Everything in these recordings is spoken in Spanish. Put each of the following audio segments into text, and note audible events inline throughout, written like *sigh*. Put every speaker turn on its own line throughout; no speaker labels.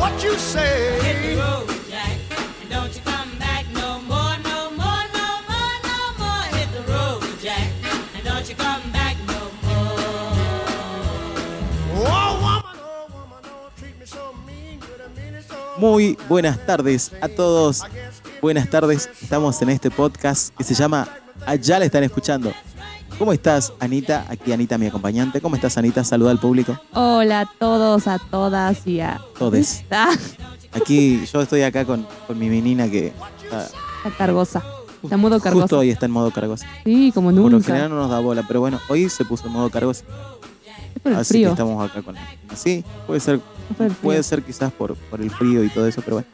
what you say.
Hit the road, Jack, and don't you come back no more, no more, no more, no more. Hit the road, Jack, and don't you come back no more.
Oh, woman, oh, woman, don't treat me so mean. You're the meanest oh. old
Muy buenas tardes a todos. Buenas tardes. Estamos en este podcast que se llama Allá le están escuchando. ¿Cómo estás, Anita? Aquí Anita, mi acompañante. ¿Cómo estás, Anita? Saluda al público.
Hola a todos, a todas y a
todos. Aquí yo estoy acá con, con mi menina que está,
Está cargosa. Está en modo cargosa.
justo hoy está en modo cargosa.
Sí, como
Por lo
nunca.
general no nos da bola, pero bueno, hoy se puso en modo cargosa.
Es por
así que
el
pues
frío.
estamos acá con él. Sí, puede ser,
Es por el frío.
puede ser quizás por, por el frío y todo eso, pero bueno.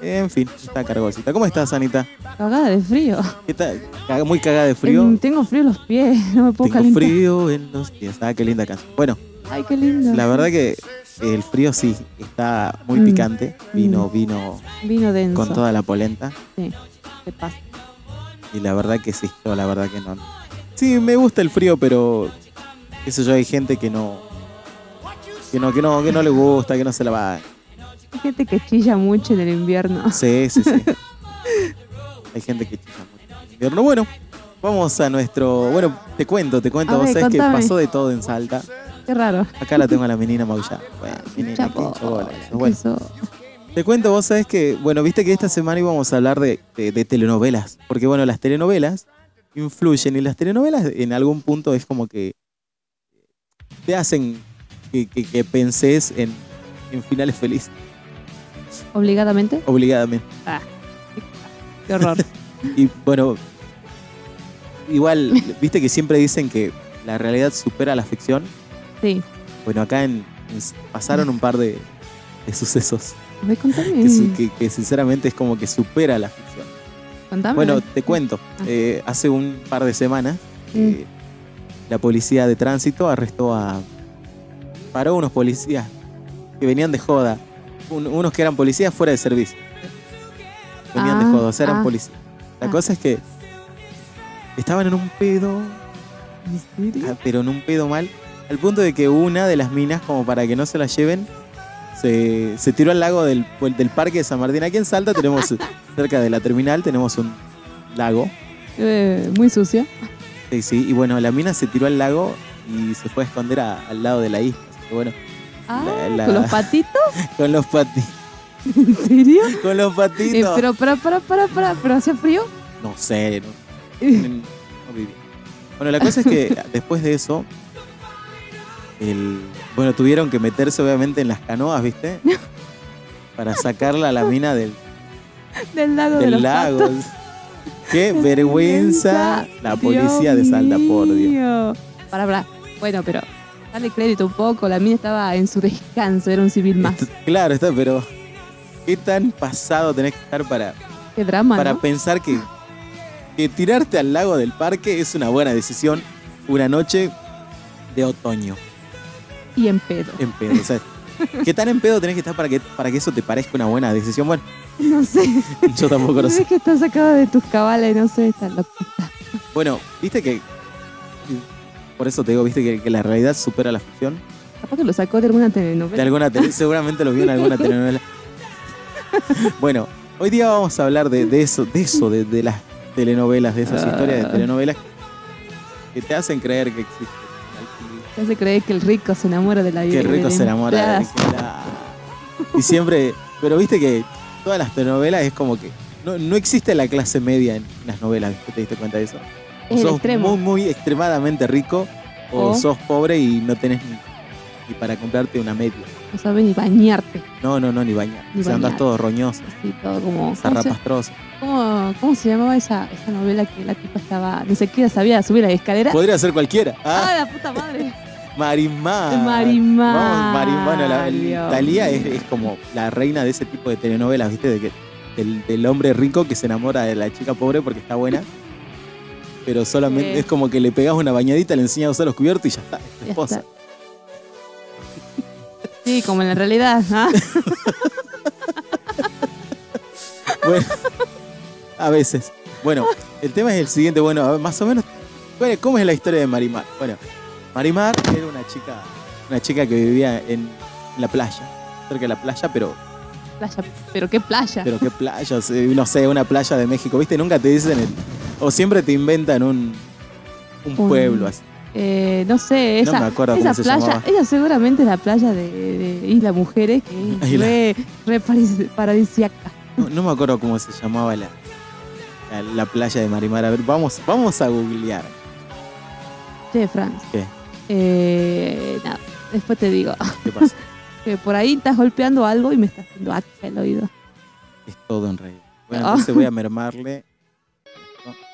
En fin, está cargosita. ¿Cómo estás, Anita?
Cagada de frío.
¿Qué tal? Caga- Muy cagada de frío.
Em, tengo frío en los pies, *laughs* no me puedo
Tengo
calentar.
frío en los pies. Ah, qué linda canción. Bueno,
Ay, qué lindo.
la verdad que el frío sí está muy
Mm.
picante. Vino,
Mm.
vino
Vino denso.
con toda la polenta.
¿Qué pasa?
Y la verdad que sí, yo la verdad que no. Sí, me gusta el frío, pero qué sé yo, hay gente que no que no que no que no le gusta, que no se la va.
Hay gente que chilla mucho en el invierno. *laughs*
Sí, sí, sí. Hay gente que chilla mucho en el invierno. Bueno, vamos a nuestro, bueno, te cuento, te cuento,
A
vos
ver,
sabés que
contame.
pasó de todo en Salta.
Qué raro.
Acá la tengo a la menina maullada. Bueno, menina, qué
Chapo,
hincha bola que sos.
¿qué
Bueno,
hizo?
Te cuento, vos sabés que, bueno, viste que esta semana íbamos a hablar de, de- de telenovelas, porque bueno, las telenovelas influyen y las telenovelas en algún punto es como que te hacen que, que- que penses en, en finales felices,
¿Obligadamente?
obligadamente. *laughs*
Qué horror.
Y bueno, igual, viste que siempre dicen que la realidad supera la ficción.
Sí.
Bueno, acá en- en- pasaron un par de, de sucesos
Ve, contame.
que su- que- que sinceramente es como que supera la ficción.
Contame.
Bueno, te cuento.
Ah. Mm.
Eh, hace un par de semanas, eh, la policía de tránsito arrestó a. paró unos policías que venían de joda. Un- unos que eran policías fuera de servicio. Venían de
Ah,
joda, o sea, eran
ah,
policías. La
ah.
cosa es que. estaban en un pedo,
¿En serio?
*laughs* ah, pero en un pedo mal, al punto de que una de las minas, como para que no se la lleven. Se, se tiró al lago del, pues, del parque de San Martín. Aquí en Salta tenemos, cerca de la terminal, tenemos un lago.
Eh, muy sucia.
Sí, sí, y bueno, la mina se tiró al lago y se fue a esconder a- al lado de la isla. Así que bueno, *laughs*
Ah,
La- la-
¿Con los patitos?
con los patitos.
¿En serio?
Con los
Eh,
patitos.
pero, para, para, para, para, pero hacía frío.
No sé, no, no viví. Bueno, la cosa es que
*laughs*
después de eso, el, bueno, tuvieron que meterse obviamente en las canoas,
*laughs*
¿viste? Para sacarla a la mina del,
Del lago de
del
los
lago.
patos.
*laughs*
*laughs*
¡Qué vergüenza! La policía de Salta, por Dios.
Para, para. Bueno, pero dale crédito un poco. La mina estaba en su descanso, era un civil más.
Esto- claro, está, pero ¿qué tan pasado tenés que estar para,
Qué drama,
para
¿no?
pensar que, que tirarte al lago del parque es una buena decisión una noche de otoño
Y en pedo.
en pedo. O sea, ¿Qué tan en pedo tenés que estar para que, para que eso te parezca una buena decisión? Bueno,
*laughs* No sé.
yo tampoco lo sé.
Es que está sacada de tus cabales, no sé. Está loco.
Bueno, viste que. Por eso te digo, viste que, que la realidad supera la ficción.
Capaz que lo sacó de alguna
De
telenovela.
alguna tele- seguramente lo vio en alguna telenovela. Bueno, hoy día vamos a hablar de, de eso, de eso, de, de las telenovelas, de esas
Ah.
historias de telenovelas que te hacen creer que existe.
Te hace creer que el rico se enamora de la
Qué rico se enamora de la Ángela.
empleada.
Y siempre, pero viste que todas las telenovelas es como que no, no existe la clase media en las novelas, ¿viste? ¿te diste cuenta de eso? O
Es el
sos
extremo. Oh.
muy, muy extremadamente rico o,
O-
sos pobre y no tenés ni, ni para comprarte una media.
No sabes ni bañarte.
No, no, no, ni bañar.
Ni
o sea, andas
bañar.
todo roñoso,
Así todo como. ¿cómo se-
zarrapastroso.
¿Cómo, cómo se llamaba esa, esa novela que la tipa estaba, ni siquiera sabía subir la escalera?
Podría ser cualquiera. Ah,
¡Ah, la puta madre!
*laughs* Marimar.
Marimar.
Vamos, Marimar. Bueno, la, el-
Dios
Thalía es,
mío.
es como la reina de ese tipo de telenovelas, ¿viste? De que, del, del hombre rico que se enamora de la chica pobre porque está buena. Pero solamente
Sí.
es como que le pegas una bañadita, le enseñas a usar los cubiertos y ya está, es tu
Ya
esposa.
está. Sí, como en la realidad.
*laughs*
¿ah?
*laughs* Bueno, a veces. Bueno, el tema es el siguiente. Bueno, a ver, más o menos, bueno, ¿cómo es la historia de Marimar? Bueno, Marimar era una chica, una chica que vivía en la playa, cerca de la playa, pero
playa. Pero qué playa.
Pero qué playa, sí, no sé, una playa de México, ¿viste? Nunca te dicen, el- o siempre te inventan un, un
Un-
pueblo así.
Eh, no sé,
No
esa,
me acuerdo
esa
cómo se
playa,
llamaba.
ella seguramente es la playa de, de Isla Mujeres, que es
Isla.
re, re paris- paradisiaca.
No, no me acuerdo cómo se llamaba la, la, la playa de Marimar. A ver, vamos, vamos a googlear.
Che, Franz.
¿Qué?
Eh, nada, después te digo *laughs*
¿Qué pasa?
que por ahí estás golpeando algo y me estás haciendo acá el oído.
es todo en realidad. Bueno,
Ah.
entonces voy a mermarle.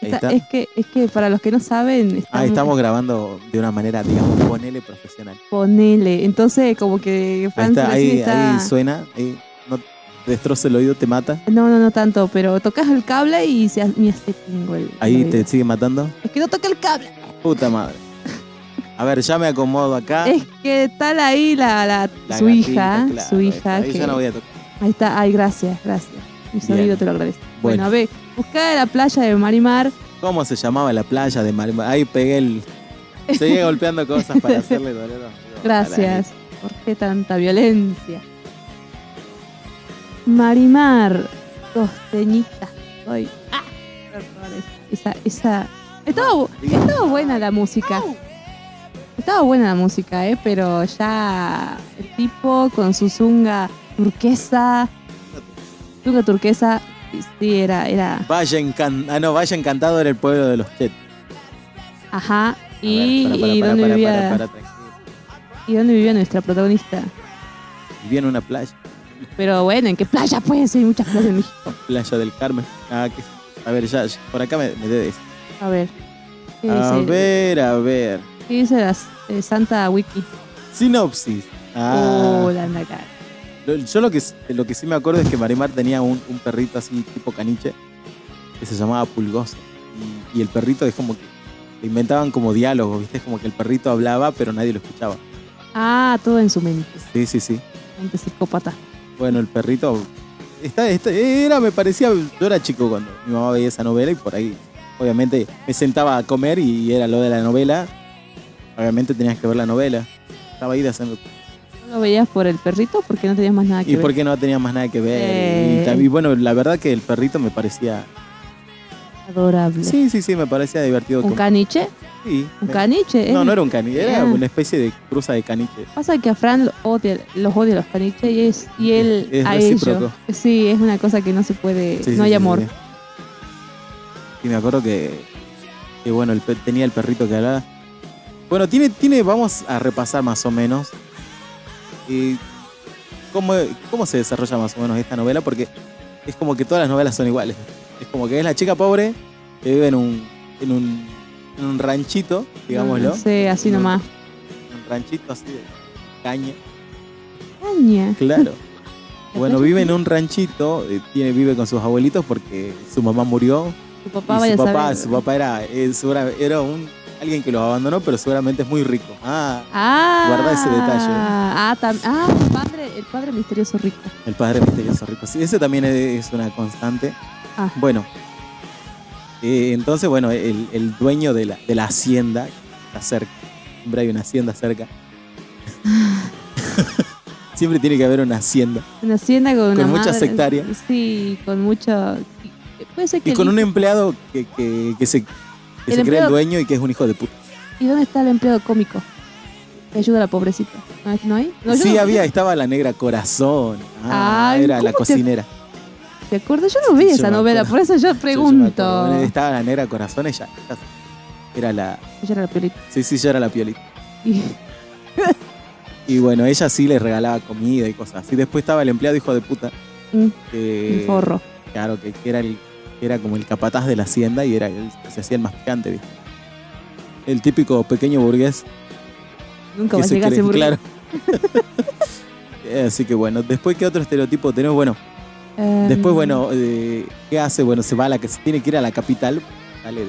Ahí
Esta-
está.
Es que, es que para los que no saben,
Ah,
estamos,
estamos grabando de una manera, digamos, ponele profesional.
ponele. Entonces, como que
Ahí
Franz
está, ahí,
recién
ahí
Ah, está-
suena, ahí no te destroza el oído, te mata.
No, no, no tanto, pero tocas el cable y se hace- me hace tingo el- el
Ahí
oído.
te sigue matando.
Es que no toca el cable.
Puta madre. A ver, ya me acomodo acá.
Es que tal ahí la, la-
Ah. La
su
gatita,
hija,
claro,
su hija.
Ahí
que-
ya no voy a tocar.
Ahí está, ay, gracias, gracias. Mi
Bien.
sonido te lo agradezco. Bueno,
Bueno.
a ver, buscá la playa de Marimar.
¿Cómo se llamaba la playa de Marimar? Ahí pegué el.
*laughs*
Seguía golpeando cosas para hacerle dolor.
Gracias. ¿Por qué tanta violencia? Marimar, costeñita. Soy. ¡Ah! Perdón, Esa, esa. Estaba, bu- estaba buena la música. Estaba buena la música, ¿eh? Pero ya el tipo con su zunga turquesa. Zunga turquesa, sí, era, era.
Vaya encantado. eh. Ah, no, Vaya encantado era el pueblo de los Chet.
Ajá.
A
Y,
ver, para, para,
y
para,
dónde
para,
vivía.
para, para, tranquilo.
¿Y dónde vivía nuestra protagonista?
Vivía en una playa,
Pero bueno, ¿en qué playa pues? Hay muchas playas en México.
playa del Carmen. Ah, que- A ver, ya, ya, por acá me, me debes.
A ver. ¿Qué
A
dice,
ver, a ver.
¿Qué dice la s- eh, Santa Wiki?
Sinopsis. Ah,
Oh, la anda acá.
Lo- Yo lo que, lo que sí me acuerdo es que Marimar tenía un, un perrito así tipo caniche que se llamaba Pulgoso. Y, y el perrito es como que le inventaban como diálogos, ¿viste? Es como que el perrito hablaba pero nadie lo escuchaba.
Ah, todo en su mente.
Sí, sí, sí.
Mente psicópata.
Bueno, el perrito... Está, está- era, me parecía... Yo era chico cuando mi mamá veía esa novela y por ahí, obviamente, me sentaba a comer y era lo de la novela. Obviamente tenías que ver la novela. Estaba ahí de hacerme
¿No lo veías por el perrito? Porque no tenías más nada que
Y
ver.
porque no tenía más nada que ver. Y
Eh.
tal- Y, bueno, la verdad que el perrito me parecía.
Adorable.
Sí, sí, sí, me parecía divertido.
¿Un
como-
caniche?
sí,
¿Un
me-
caniche?
No,
Es-
no era un caniche, era
Ah.
una especie de cruza de caniche.
Pasa que a Fran lo odia, los odia los caniches y, es, y él
Es
a
recíproco.
ellos. Sí, es una cosa que no se puede,
Sí, sí,
no hay
sí,
amor.
sí, sí. Y me acuerdo que, que bueno, el pe- tenía el perrito que hablaba. Bueno, tiene, tiene, vamos a repasar más o menos. eh, cómo, cómo se desarrolla más o menos esta novela, porque es como que todas las novelas son iguales. Es como que es la chica pobre que vive en un, en un, en un ranchito, digámoslo.
No sé, así
En un-
nomás.
Un ranchito así de caña.
Caña.
Claro.
La
Bueno,
playa
vive en
tiene-
un ranchito, eh, tiene, vive con sus abuelitos porque su mamá murió.
Su
y
papá vaya
su,
a
papá
saber.
su papá era, eh, segura- era un, alguien que los abandonó, pero seguramente es muy rico. Ah,
Ah,
Guarda ese detalle.
Ah, tam- ah, el padre, el padre misterioso rico.
el padre misterioso rico. Sí, ese también es, es una constante.
Ah.
Bueno, eh, entonces, bueno, el, el dueño de la, de la hacienda, que está cerca, siempre hay una hacienda
*laughs*
cerca. *laughs* siempre tiene que haber una hacienda.
Una hacienda con, una
Con muchas
madre-
hectáreas.
Sí, con mucho. y- Puede ser que.
Y con
el
un em-
hijo-
empleado que, que- que se, que se
El
cree el
empleado-
dueño y que es un hijo de puta.
¿Y dónde está el empleado cómico? Que ayuda a la pobrecita. ¿No, es- no hay? No, yo
sí,
no-
había, estaba la negra corazón. Ah,
Ay,
era la
¿cómo te-
cocinera.
¿Te acuerdas? Yo no vi
Sí, yo
esa
me
novela,
acuerdo.
por eso yo
Yo- yo me acuerdo, eh.
pregunto.
bueno, estaba la negra corazón, ella, ella era la.
Ella era la pelita.
Sí, sí, yo era la piolita.
*laughs* Y-
Y bueno, ella sí le regalaba comida y cosas así. Después estaba el empleado hijo de puta.
Mm,
Que,
el forro.
Claro, que, que era el, que era como el capataz de la hacienda y era el que se hacía el más picante, ¿viste? El típico pequeño burgués
Nunca
que
va a
se
llegar
cree-
a ese burro.
claro. *laughs* Así que bueno, después qué otro estereotipo tenemos, bueno,
Eh,
Después, bueno, eh, ¿qué hace? Bueno, se va a la que se tiene que ir a la capital. Dale,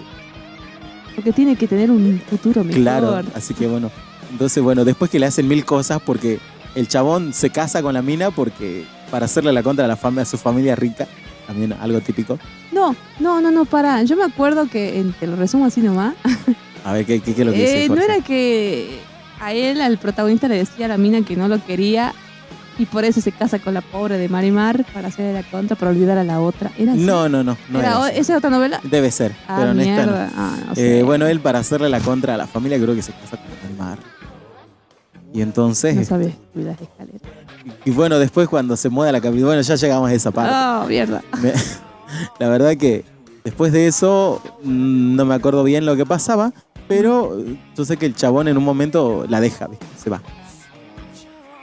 Porque tiene que tener un futuro mejor.
claro. Así que bueno. Entonces, bueno, después que le hacen mil cosas porque el chabón se casa con la mina porque para hacerle la contra a la fam- a su familia rica, también algo típico.
No, no, no, no, para. Yo me acuerdo que, en- te lo resumo así nomás.
A ver, ¿qué, qué, qué es lo que dice?
Eh, no
Jorge?
era que a él, al protagonista, le decía a la mina que no lo quería y por eso se casa con la pobre de Marimar para hacerle la contra, para olvidar a la otra. ¿Era así?
No, no, no. no
¿Era
era
o-
así.
¿Esa es otra novela?
Debe ser,
Ah,
pero no está.
mierda. Ah, no sé.
Eh, bueno, él para hacerle la contra a la familia creo que se casa con Marimar. Y entonces,
no sabía subir las escaleras.
y bueno, después cuando se muda a la capital, bueno, ya llegamos a esa parte.
Ah, mierda.
Me- *laughs* la verdad que después de eso mm, no me acuerdo bien lo que pasaba, pero eh, yo sé que el chabón en un momento la deja, ¿viste? se va.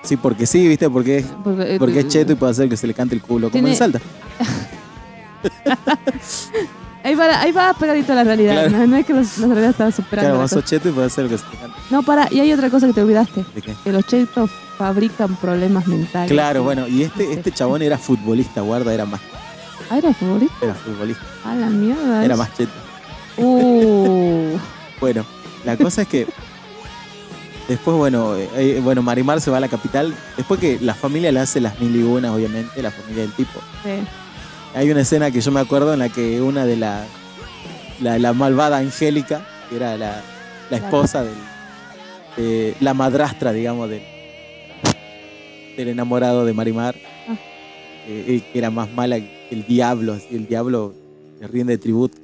Sí, porque sí, ¿viste? Porque,
Porque, eh,
porque es cheto y puede hacer que se le cante el culo como
Tiene-
en Salta.
Ahí va, ahí va pegadito a la realidad.
Claro.
No, no es que los- la realidad estaba superando.
Claro,
la
vos sos
cosa.
cheto y puede hacer que se le cante.
No, para, y hay otra cosa que te olvidaste.
¿De qué?
Que los chetos fabrican problemas mentales.
Claro, bueno, y este, este chabón era futbolista, guarda, era más,
Ah, era favorito.
era futbolista,
A la mierda.
era más cheto.
Uh.
Bueno, la cosa es que después, bueno, eh, eh, bueno, Marimar se va a la capital, después que la familia le hace las mil y unas, obviamente, la familia del tipo.
sí.
Hay una escena que yo me acuerdo en la que una de la, la, la malvada Angélica, que era la, la esposa del. eh, la madrastra, digamos, del, del enamorado de Marimar,
Ah.
eh, eh, que era más mala que el diablo, así, el diablo le rinde tributo.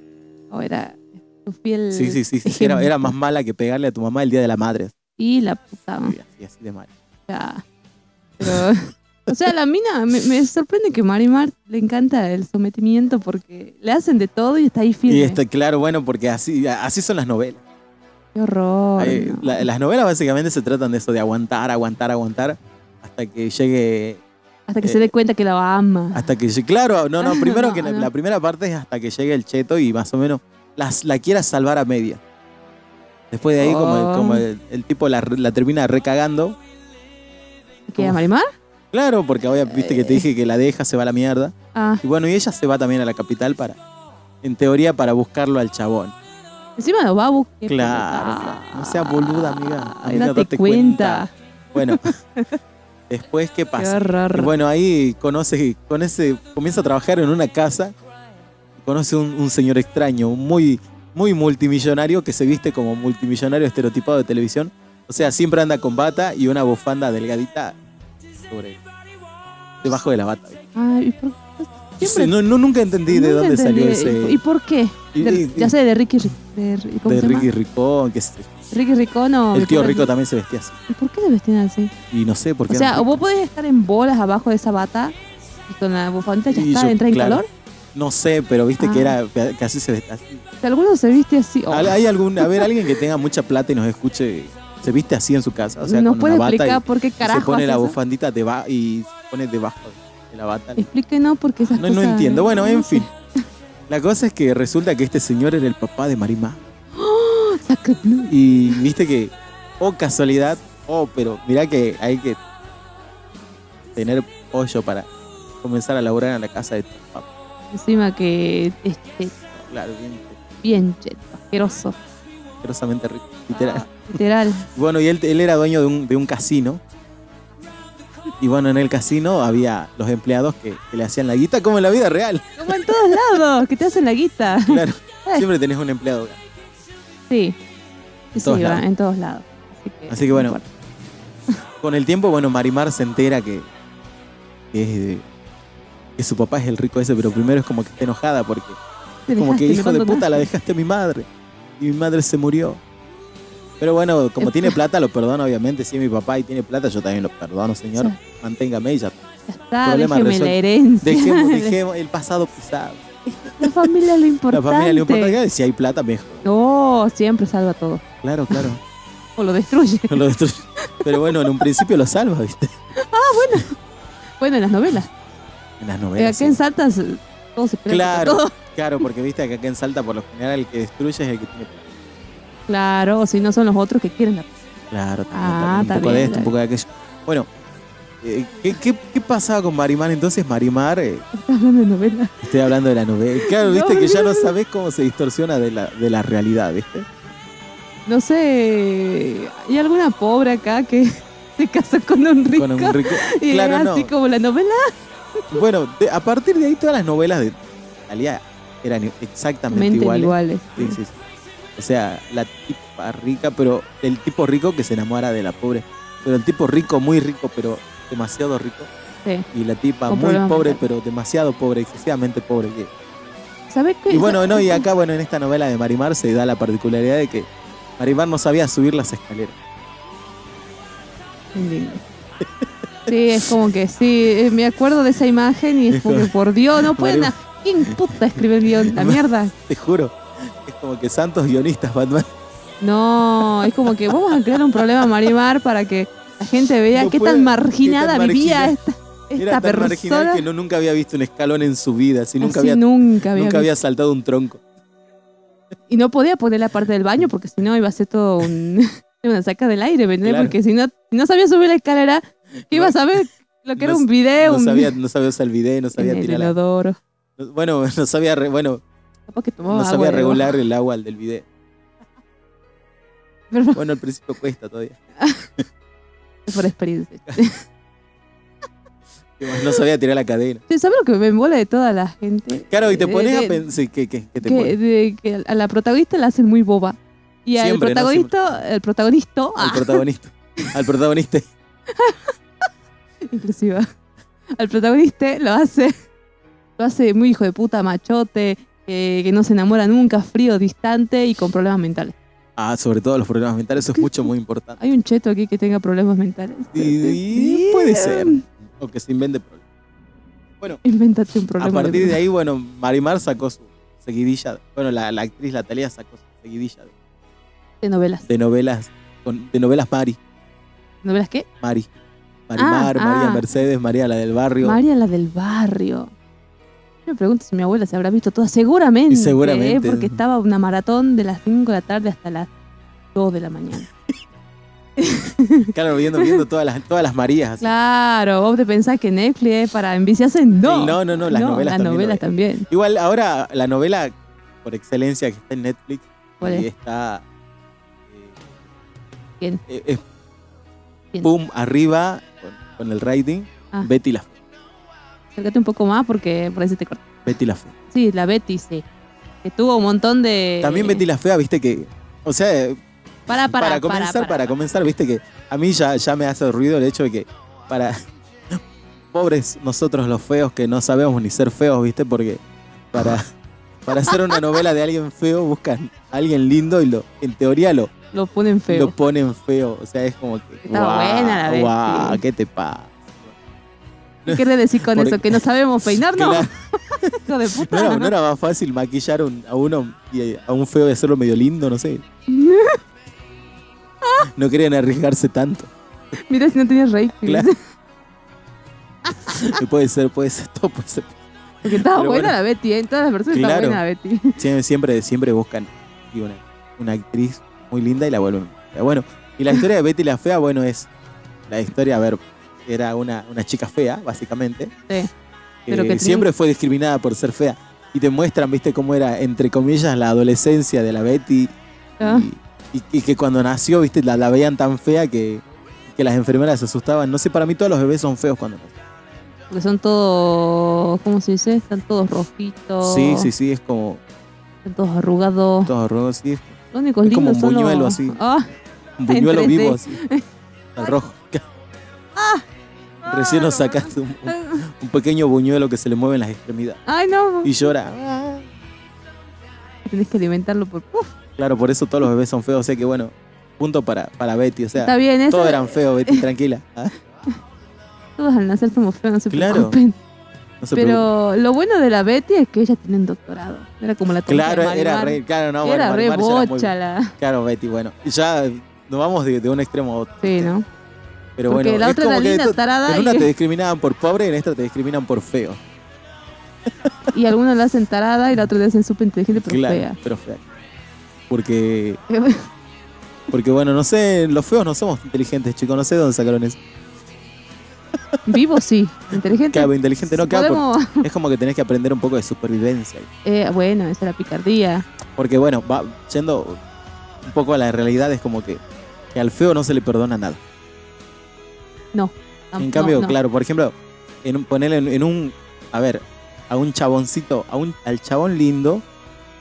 O era tu piel.
Sí, sí, sí, sí, era, era más mala que pegarle a tu mamá el día de la madre.
Y la puta.
así, así, así de mal.
O sea, pero- o sea, la mina, me, me sorprende que Marimar le encanta el sometimiento porque le hacen de todo y está ahí firme.
Y está claro, bueno, porque así, así son las novelas.
Qué horror.
Eh,
no.
la- las novelas básicamente se tratan de eso, de aguantar, aguantar, aguantar, hasta que llegue,
hasta que
eh,
se dé cuenta que la ama.
hasta que llegue, claro, no, no, primero
Ah, No,
que la,
no.
la primera parte es hasta que llegue el cheto y más o menos las, la quiera salvar a media. Después de ahí, como,
Oh.
como el, el tipo la, re- la termina recagando,
¿Qué, a Marimar?
claro, porque ahora viste que te dije que la deja, se va a la mierda.
Ah,
Y bueno, y ella se va también a la capital para, en teoría, para buscarlo al chabón.
encima lo va a buscar.
Claro,
Ah.
no seas boluda, amiga.
Ay,
Amiga,
date
date
cuenta.
cuenta. Bueno, *laughs* después, ¿qué
Qué
pasa?
horror.
Y bueno, ahí conoce, con ese, comienza a trabajar en una casa, conoce un, un señor extraño, un muy, muy multimillonario que se viste como multimillonario estereotipado de televisión. O sea, siempre anda con bata y una bufanda delgadita sobre debajo de la bata.
Ay, ¿y por- siempre-
Sí, no, no- nunca entendí de
nunca
dónde salió
entendí.
ese
¿Y por qué?
Y-
De-
y-
ya sé, de Ricky. De, Ri- ¿cómo
de
se llama?
Ricky Ricón, que es-
Ricky Ricón o.
el tío rico también se vestía así.
¿Y por qué se vestían así?
Y no sé por
O
qué.
sea,
no-
o vos podés estar en bolas abajo de esa bata y con la bufanda ya
Y
está,
yo,
entra en
claro.
calor.
No sé, pero viste que
Ah.
era que- que así se vestía.
Si alguno se viste así, oh,
Al- Hay algún, a ver, alguien que tenga mucha plata y nos escuche, se viste así en su casa, o sea,
¿nos
con
puede
una bata
Oh, explicar
y-
por qué
y,
carajo
se pone
hace
la
eso?
bufandita deba- y se pone debajo de la bata.
Explíquenos porque esas
No, no
cosas...
entiendo. Bueno, en
no sé. *laughs*
fin. La cosa es que resulta que este señor era el papá de Marimá.
Sacre bleu.
Y viste que, oh casualidad, oh, pero mirá que hay que tener pollo para comenzar a laburar en la casa de tu papá.
Encima que es cheto,
Claro, bien
bien cheto, asqueroso.
asquerosamente rico, literal.
Literal.
Bueno, y él, él era dueño de un, de un casino. Y bueno, en el casino había los empleados que, que le hacían la guita, como en la vida real. *laughs*
Como en todos lados, que te hacen la guita.
Claro, siempre tenés un empleado.
Sí. Sí, sí,
todos
va,
lados.
en todos lados. Así que,
Así que
no
bueno.
importa.
Con el tiempo, bueno, Marimar se entera que, que, es de- que su papá es el rico ese, pero primero es como que está enojada porque
Te
como que
dejaste, me
hijo de puta
abandonaste.
la dejaste a mi madre. Y mi madre se murió. Pero bueno, como tiene plata, lo perdona, obviamente. Si es mi papá y tiene plata, yo también lo perdono, señor.
Sí.
Manténgame y ya está.
Ya está,
Problema
déjeme
resuelto.
la herencia. *laughs*
Dejemos, dejemos el pasado pisado.
La familia es
La
lo importante.
familia le importa que si hay plata, mejor.
No, Oh, siempre salva todo.
Claro,
*laughs*
claro.
O
*laughs*
lo destruye.
No lo destruye. Pero bueno, en un principio lo salva, ¿viste?
Bueno, en las novelas.
En las
Eh,
novelas.
acá en Salta se- todo se pelea contra
Claro,
todo.
claro, porque viste que acá en Salta por lo general el que destruye es el que tiene plata.
Claro, o si no son los otros que quieren la *laughs*
Claro, también,
Ah,
también, un
está
poco de
bien,
esto, un poco de aquello. Bueno, eh, ¿qué, qué, qué pasaba con Marimar entonces? Marimar, eh,
Estás hablando de novela.
estoy hablando de la novela. Claro,
No,
viste que ya
no,
no
no.
sabés cómo se distorsiona de la, de la realidad, ¿viste?
No sé, hay alguna pobre acá que *laughs* se casó con un rico
Con un rico.
y
Claro,
es
no.
así como la novela.
Bueno, de- a partir de ahí todas las novelas de Italia eran exactamente
Mente
iguales.
iguales.
Sí, sí, sí. O sea, la tipa rica, pero el tipo rico que se enamora de la pobre. Pero el tipo rico, muy rico, pero demasiado rico.
Sí.
Y la tipa
Con
muy
problemas
pobre,
mentales.
pero demasiado pobre, excesivamente pobre. que-
¿Sabes qué?
Y bueno, no, y
Esa-
acá, bueno, en esta novela de Marimar se da la particularidad de que Marimar no sabía subir las escaleras.
Lindo. Sí, es como que sí, eh, me acuerdo de esa imagen y es como que por Dios, no pueden.
Mario-
a- ¿Quién puta escribe el guión? La mierda.
Te juro. Es como que santos guionistas, Batman.
No, es como que vamos a crear un problema a Marimar para que la gente vea
No
qué
puede,
tan marginada
qué tan
vivía
marginal.
esta,
Era
esta
tan marginal
persona.
que no, nunca había visto un escalón en su vida. Así, nunca,
Así
había,
nunca había
nunca había
visto.
saltado un tronco.
Y no podía poner la parte del baño porque si no iba a ser todo un, *laughs* una saca del aire, ¿me entendés?
Claro.
Porque si no, si no sabía subir la escalera, ¿qué iba a saber lo que *laughs* era
No-
un video?
No
un
sabía, no sabía usar el video, no sabía
*laughs* en el
tirar la-
inodoro.
no- Bueno, *laughs* no sabía, re- bueno,
Capaz que tomaba
no
agua
sabía
de
regular el agua del video.
boca. *laughs* Pero-
Bueno, al principio cuesta todavía.
por experiencia.
Que más, No sabía tirar la cadena.
Sí, ¿Sabes lo que me embola de toda la gente?
Claro, y te
De-
pones
de-
a pensar que, que- que te
Que, *laughs*
pones.
de- que a la protagonista la hacen muy boba. Y al
Siempre, ¿no?
protagonista, el protagonista,
al
ah, *laughs*
protagonista. Al protagonista.
inclusiva. Al protagonista lo hace, *laughs* lo hace muy hijo de puta, machote, que, que no se enamora nunca, frío, distante y con problemas mentales.
Ah, sobre todo los problemas mentales, eso es mucho, muy importante.
*laughs* Hay un cheto aquí que tenga problemas mentales.
Y- y puede ser.
Mm.
O que se invente problemas.
*laughs* Invéntate un problema.
A partir
de- *laughs*
de ahí, bueno, Marimar sacó su seguidilla. Bueno, la, la actriz Natalia sacó su seguidilla de,
de novelas.
de novelas. con- de novelas Mari.
¿Novelas qué?
Mari. Marimar,
Ah,
María
ah.
Mercedes, María la del barrio.
María la del barrio. Yo me pregunto si mi abuela se habrá visto todas. Seguramente.
Y seguramente.
¿eh? Porque estaba una maratón de las 5 de la tarde hasta las 2 de la mañana.
Claro, viendo, viendo todas las, todas las Marías. así.
*laughs* Claro, vos te pensás que Netflix es para enviciarse. No.
No, no, no, las novelas también
las
lo
novelas
es.
también.
Igual ahora la novela por excelencia que está en Netflix
¿Cuál
y
es?
está eh,
¿Quién?
eh, es
¿Quién?
pum arriba con, con el rating
Ah.
Betty la Fea.
Acércate un poco más porque por ahí se te corta.
Betty la Fea.
Sí, la Betty, sí. Que tuvo un montón de.
También Betty la Fea, viste que o sea, eh,
*laughs* Para, para,
para, comenzar, para,
para.
comenzar, viste que a mí ya, ya me hace ruido el hecho de que para *laughs* pobres nosotros los feos que no sabemos ni ser feos, viste, porque
*laughs*
para para hacer una novela de alguien feo buscan a alguien lindo y lo en teoría lo
Lo ponen feo.
lo ponen feo. O sea, es como que.
Está buena la
guau,
Betty.
¿Qué te pasa?
¿Qué querés decir
*laughs*
con
Porque-
eso? ¿Que no sabemos peinarnos?
Claro,
*laughs* Hijo de
*laughs*
puta.
no, era, no era más fácil maquillar un- a uno y a un feo y hacerlo medio lindo, no
*laughs*
sé. No querían arriesgarse tanto.
Mira si no tenías rating.
*laughs* Claro. Y puede ser, puede ser todo, puede ser.
*laughs* Porque estaba
Pero
buena
bueno.
la Betty, ¿eh? en todas las versiones
Claro.
estaba buena la Betty. *laughs*
Sie- Siempre, siempre buscan y una, una actriz muy linda y la vuelven. fea. Bueno, y la historia de Betty la Fea, bueno, es la historia, a ver, era una, una chica fea, básicamente.
Sí.
que
Pero que tenía-
siempre fue discriminada por ser fea. Y te muestran, viste, cómo era, entre comillas, la adolescencia de la Betty.
Ah.
Y, y- y que cuando nació, viste, la, la veían tan fea que, que las enfermeras se asustaban. No sé, para mí todos los bebés son feos cuando nacen.
Porque son todos, ¿cómo se dice? Están todos rojitos.
Sí, sí, sí, es como
Están todos arrugados.
todos ruegos, sí, es
Los únicos
Es como
lindos
un
son
buñuelo
los...
así.
Ah,
un buñuelo
Entre
vivo así. al rojo. Recién
Ah.
nos sacaste un, un- un pequeño buñuelo que se le mueve en las extremidades.
Ay, no.
Y llora.
Tenés que alimentarlo por... Uf,
Claro, por eso todos los bebés son feos. O sea que bueno, punto para, para Betty. O
está
sea,
bien, eso.
todos eran feos,
*laughs*
Betty, tranquila. Ah,
Todos al nacer somos feos, no se
Claro.
preocupen.
No se preocupe.
Pero lo bueno de la Betty es que ellas tienen doctorado. Era como la tonta
Claro,
de
era
Marimar.
re, claro, no,
era
bueno,
re
Marimar ya era muy-
bocha la...
Claro, Betty, bueno, ya nos vamos de, de un extremo a otro.
Sí, ¿no?
Pero
Porque
bueno,
la
es
otra
como
era
que
linda,
to-
tarada.
en
*laughs*
una
y-
te discriminaban por pobre, en esta te discriminan por feo.
Y algunos la hacen tarada y la otra la hacen súper inteligente, pero
claro,
fea. Eh,
pero fea. Porque, porque bueno, no sé, los feos no somos inteligentes, chicos, no sé dónde sacaron eso.
Vivo sí, inteligente.
Cabo, inteligente no cabo.
Podemos-
Es como que tenés que aprender un poco de supervivencia.
Eh, bueno, esa era picardía.
Porque bueno, va yendo un poco a la realidad, es como que, que al feo no se le perdona nada.
No,
En
no,
cambio,
no.
claro, por ejemplo, en un, ponerle en, en un. A ver, a un chaboncito, a un, al chabón lindo,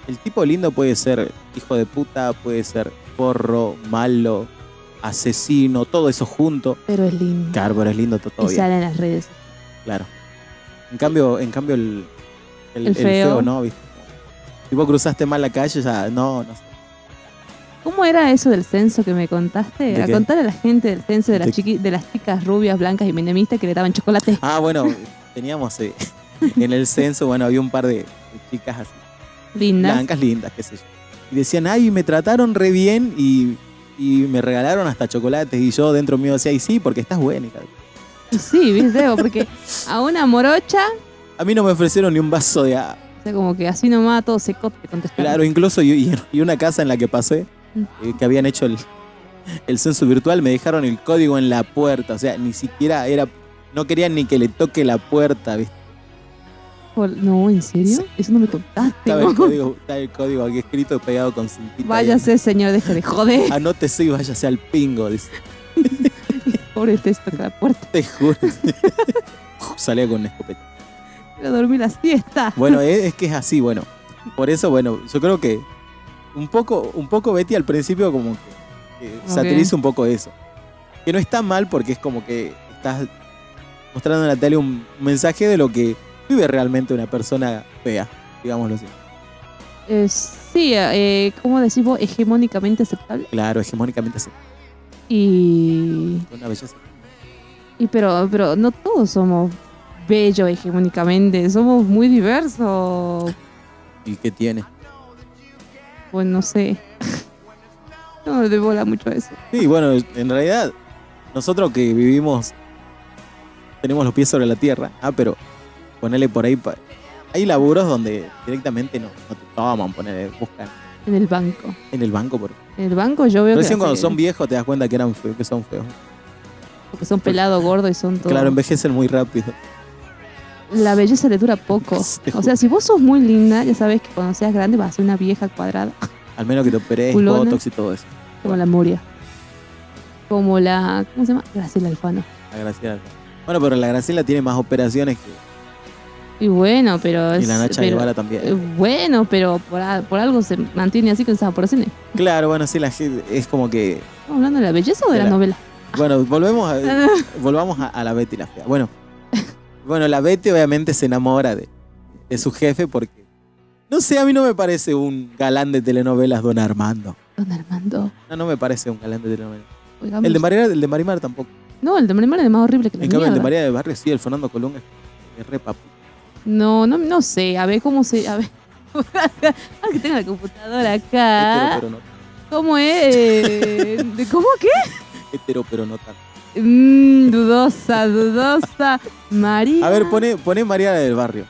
el tipo lindo puede ser hijo de puta, puede ser porro, malo, Asesino, todo eso junto.
Pero es lindo.
Claro, pero es lindo to- todo
y
bien,
sale en las redes.
claro. En cambio, en cambio el, el,
El
el feo.
feo.
¿no? ¿Viste? Si vos cruzaste mal la calle, ya no, no sé.
¿Cómo era eso del censo que me contaste?
¿De
A
qué?
contar a la gente del censo de las,
De-
chiqui- de las chicas rubias, blancas y menemistas que le daban chocolate.
Ah, bueno, *laughs* teníamos eh, *laughs* en el censo, bueno, había un par de de chicas así,
Lindas.
blancas, lindas, qué sé yo. Y decían, ay, me trataron re bien y, y me regalaron hasta chocolates. Y yo dentro mío decía, y sí, porque estás buena. hija de puta".
Y sí, viste, porque a una morocha,
A mí no me ofrecieron ni un vaso de agua.
o sea, como que así nomás todo seco te contestaron.
Claro, incluso y, y- y una casa en la que pasé,
Mm.
eh, que habían hecho el, el censo virtual, me dejaron el código en la puerta. O sea, ni siquiera era. No querían ni que le toque la puerta, ¿viste?
Pol- No, ¿en serio? Eso no me contaste.
Estaba
vos.
el código, estaba el código aquí escrito pegado con cintita.
Váyase, señor, deje de joder.
Anótese y váyase al pingo, dice. Ah.
Pobre texto que la puerta.
Te
*laughs*
juro. *laughs* Salía con una escopeta.
Quiero dormir la siesta.
Bueno, es, es que es así, bueno. Por eso, bueno, yo creo que un poco, un poco Betty al principio como que, eh,
Ok.
satiriza un poco eso. Que no está mal porque es como que estás mostrando en la tele un mensaje de lo que vive realmente una persona fea, digámoslo así.
Eh, sí, eh, ¿cómo decís vos? Hegemónicamente aceptable.
Claro, hegemónicamente así.
Y.
Una belleza.
y pero, pero no todos somos bellos hegemónicamente. Somos muy diversos.
¿Y qué tiene?
Pues no sé. *laughs* No le doy bola mucho a eso.
Sí, bueno, en realidad, nosotros que vivimos, tenemos los pies sobre la tierra, ah, pero ponele por ahí. pa- hay laburos donde directamente no, no te toman, ponele, buscan
En el banco.
en el banco. Por...
En el banco yo veo
Recién
que.
cuando
las-
son viejos te das cuenta que, eran feos, que son feos.
Porque son pelados, gordos y son todo.
Claro, envejecen muy rápido.
La belleza le dura poco.
*laughs* Te
O
ju-
sea, si vos sos muy linda, ya sabes que cuando seas grande vas a ser una vieja cuadrada, *laughs*
Al menos que te operes,
Culona.
botox y todo eso.
como la Moria. Como la. ¿Cómo se llama? Graciela Alfano.
La Graciela. Bueno, pero la Graciela tiene más operaciones que
Y bueno, pero.
y la Nacha
Pues, pero-
Guevara también.
eh, Bueno, pero por, a- por algo se mantiene así con esas operaciones.
Claro, bueno, sí, la gente es como que
¿Estamos hablando de la belleza o de,
De
la,
la-
novela?
Bueno, volvemos
*laughs* Ah.
a, volvamos a, a la Betty la fea. Bueno, bueno, la Betty obviamente se enamora de, de su jefe porque, no sé, a mí no me parece un galán de telenovelas Don Armando.
Don Armando.
No, no me parece un galán de telenovelas.
oigamos.
El de, Marimar, el de Marimar tampoco.
No, el de Marimar es más horrible que la
En cambio, el de
mierda.
María del Barrio sí, el Fernando Colunga es re papu.
No, no, no sé. A ver cómo se. A ver. *laughs* Ah, que tengo la computadora acá.
Hetero, pero no,
¿Cómo es? Eh, ¿de ¿Cómo qué?
hetero, pero no tanto.
Mm, dudosa, dudosa. María.
A ver, pone, pone María del Barrio.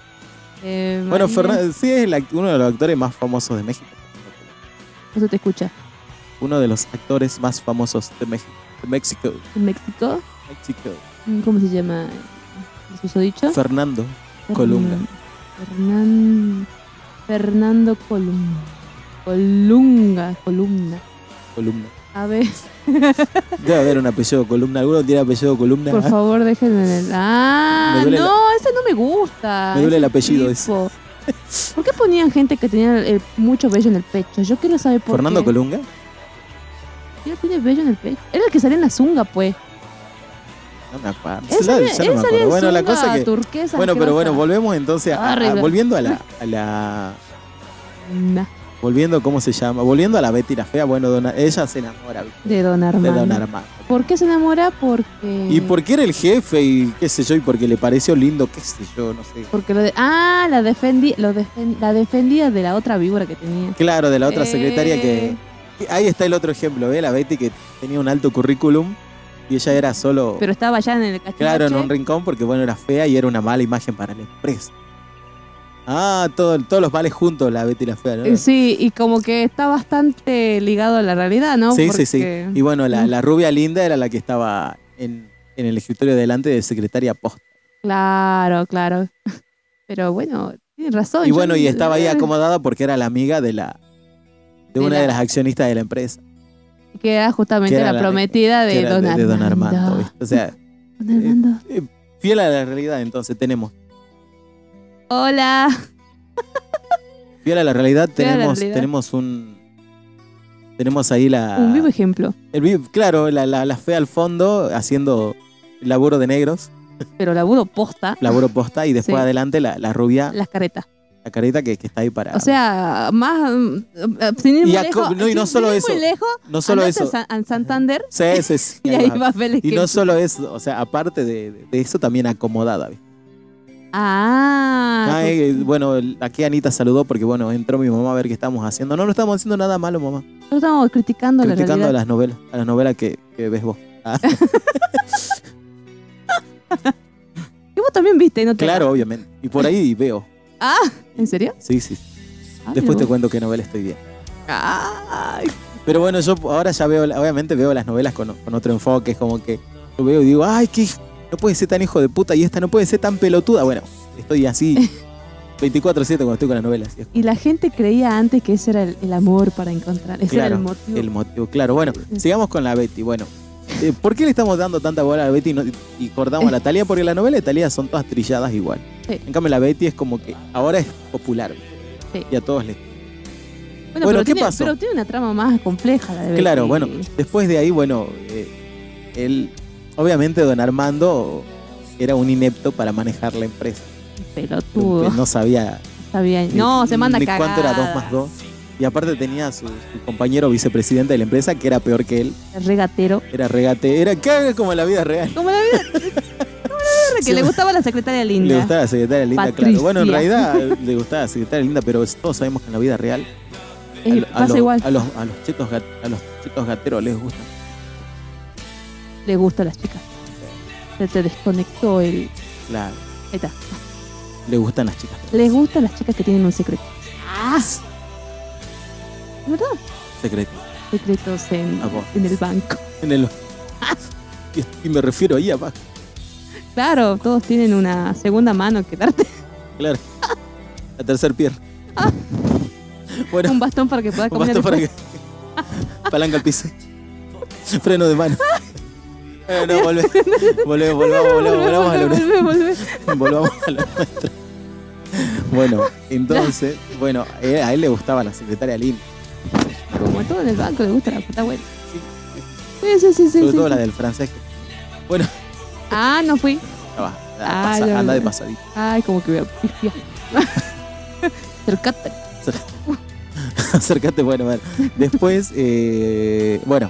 eh,
Bueno,
María.
Fernan- sí es el act- uno de los actores más famosos de México.
No se te escucha.
Uno de los actores más famosos de México. De México.
En México,
México.
mm, ¿cómo se llama? ¿El susodicho?
Fernando.
Fernan-
Colunga.
Fernan- Fernando Colunga. Colunga, columna.
Columna.
A ver,
Debe haber un apellido columna. ¿Alguno tiene apellido columna?
por favor, déjenme. en el- Ah,
Me
no,
duele
ese no me gusta.
Me duele el
ese
apellido
tipo. ¿Por qué ponían gente que tenía el- mucho vello en el pecho? Yo quiero saber por
¿Fernando
qué.
Colunga?
¿Quién tiene vello en el pecho? Era el que salía en la zunga, pues.
No me acuerdo.
Él
Ya-
salía,
ya no
él
me
salía
acuerdo.
en
Bueno, la
zunga
cosa que.
turquesa.
Bueno, pero bueno,
asquerosa.
volvemos entonces a- a-
Horrible.
volviendo a la, a la.
Nah,
Volviendo, ¿cómo se llama? Volviendo a la Betty la Fea. Bueno, dona- ella se enamora ¿viste?
De Don
de
Armando.
Don Armando.
¿Por qué se enamora? Porque.
Y porque era el jefe y qué sé yo, y porque le pareció lindo, qué sé yo, no sé.
Porque lo de... Ah, la, defendí, lo defen- la defendía de la otra víbora que tenía.
Claro, de la otra
Eh.
secretaria que. que- Ahí está el otro ejemplo, ¿ve? La Betty que tenía un alto currículum y ella era solo.
Pero estaba allá en el cachivache.
Claro, en un rincón porque bueno, era fea y era una mala imagen para la empresa. Ah, todo- todos los males juntos, la Betty y la fea, ¿no?
Eh, Sí, y como que está bastante ligado a la realidad, ¿no? Mm.
sí, sí,
Porque-
sí. Y bueno, la,
No.
la rubia linda era la que estaba en, en el escritorio delante de secretaria post.
Claro, claro. *laughs* Pero bueno, tienes razón.
Y
yo
bueno, y
no-
estaba ahí acomodada porque era la amiga de la de
De
una de
la-
las accionistas de la empresa,
Que era justamente
que era
la
la-
prometida de,
que era
don,
de, de Don Armando.
Armando.
¿viste? O sea,
Don Armando.
fiel a la realidad entonces tenemos.
Hola.
Fiel a la realidad
Fiel a la
tenemos,
realidad.
tenemos un, Tenemos ahí la.
Un vivo ejemplo.
el vivo- claro, la, la, la fe al fondo haciendo laburo de negros,
Pero laburo posta.
laburo posta, y después
Sí.
adelante la, la rubia, la,
Las caretas.
careta que, que está ahí para.
O sea, más. mm, mm, Sin ir
Y
muy
a
lejos.
co- no, y no
sin
solo
ir
eso.
Muy lejos,
no solo
andate
eso.
a San- a Santander
Sí, sí, sí,
*laughs*
*laughs*
y
ahí
ahí
va.
va Félix.
Y no solo eso, o sea, aparte de, de eso, también acomodada. ¿viste?
Ah.
Ah,
porque-
eh, bueno, el- aquí Anita saludó porque, bueno, entró mi mamá a ver qué estamos haciendo. No, no estamos haciendo nada malo, mamá.
Nosotros estamos criticando,
criticando
la
a
realidad.
las novelas, a las novelas que, que ves vos. Ah,
*laughs* Que vos también viste, y ¿no? te-
claro, obviamente. Y por ahí veo.
Ah, ¿en serio?
Sí, sí.
Ah,
Después te
mira vos.
cuento qué novela estoy viendo.
Ay,
Pero bueno, yo ahora ya veo, obviamente veo las novelas con, con otro enfoque. Es como que yo veo y digo, ay, que no puede ser tan hijo de puta y esta no puede ser tan pelotuda. Bueno, estoy
*laughs*
así 24-7 cuando estoy con las novelas. Y es
Y la gente creía antes que ese era el, el amor para encontrar. Ese era
Claro,
el motivo.
el motivo, claro. Bueno,
Sí.
sigamos con la Betty. Bueno, eh, ¿por qué le estamos dando tanta bola a la Betty y, no- y cortamos a la Talía? Porque la novela de Talía son todas trilladas igual.
Sí.
En cambio, la Betty es como que ahora es popular.
Sí.
Y a todos les
Bueno,
Bueno,
pero,
¿qué
tiene,
pasó?
pero tiene una trama más compleja la de
Claro,
Betty.
bueno, después de ahí, bueno, eh, él, obviamente don Armando era un inepto para manejar la empresa.
Pelotudo.
No
*laughs*
sabía
Está bien.
ni-
No, se manda
ni
cagada.
cuánto era 2 más 2. Y aparte tenía a su, su compañero vicepresidente de la empresa que era peor que él,
Regatero.
era regate, era caga como en la vida real.
Como la vida.
*laughs*
como la vida que
Sí.
le gustaba la secretaria linda.
Le gustaba la secretaria linda, claro.
Patricia.
Bueno, en realidad le gustaba la secretaria linda, pero todos sabemos que en la vida real
Eh,
a lo- a,
pasa
los,
igual.
a los a los chetos gat- a los chetos gateros les gusta.
Le gusta a las chicas. Se te desconectó el.
La,
Ahí está.
le gustan las chicas.
Les gusta a las chicas que tienen un secreto. ¿Verdad?
Secreto.
Secretos en,
A vos.
en el banco.
En el- *laughs* y, y me refiero ahí abajo.
Claro, todos tienen una segunda mano que darte. *laughs*
Claro. La tercer pierna. Bueno,
Un bastón para que puedas
un
caminar.
bastón para
después.
que. Palanca al piso. Freno de mano. Eh, no, volve- volve- volvamos, volvamos,
Volvé,
volvamos a lo-
volvé, volvé.
Volvamos a lo nuestro. Bueno, entonces, bueno, eh, a él le gustaba la secretaria Lynn,
Como a todo en el banco le gusta la puta buena. Sí, sí, sí, sí.
sobre
sí,
todo
sí.
la del francés.
Ah, no fui.
que estaba-
Ah,
pasa-
ya,
anda de
ya.
pasadita.
Ay, como que voy a pifiar. *laughs* Cercate.
*laughs* Acércate, bueno, bueno. Después, eh, bueno,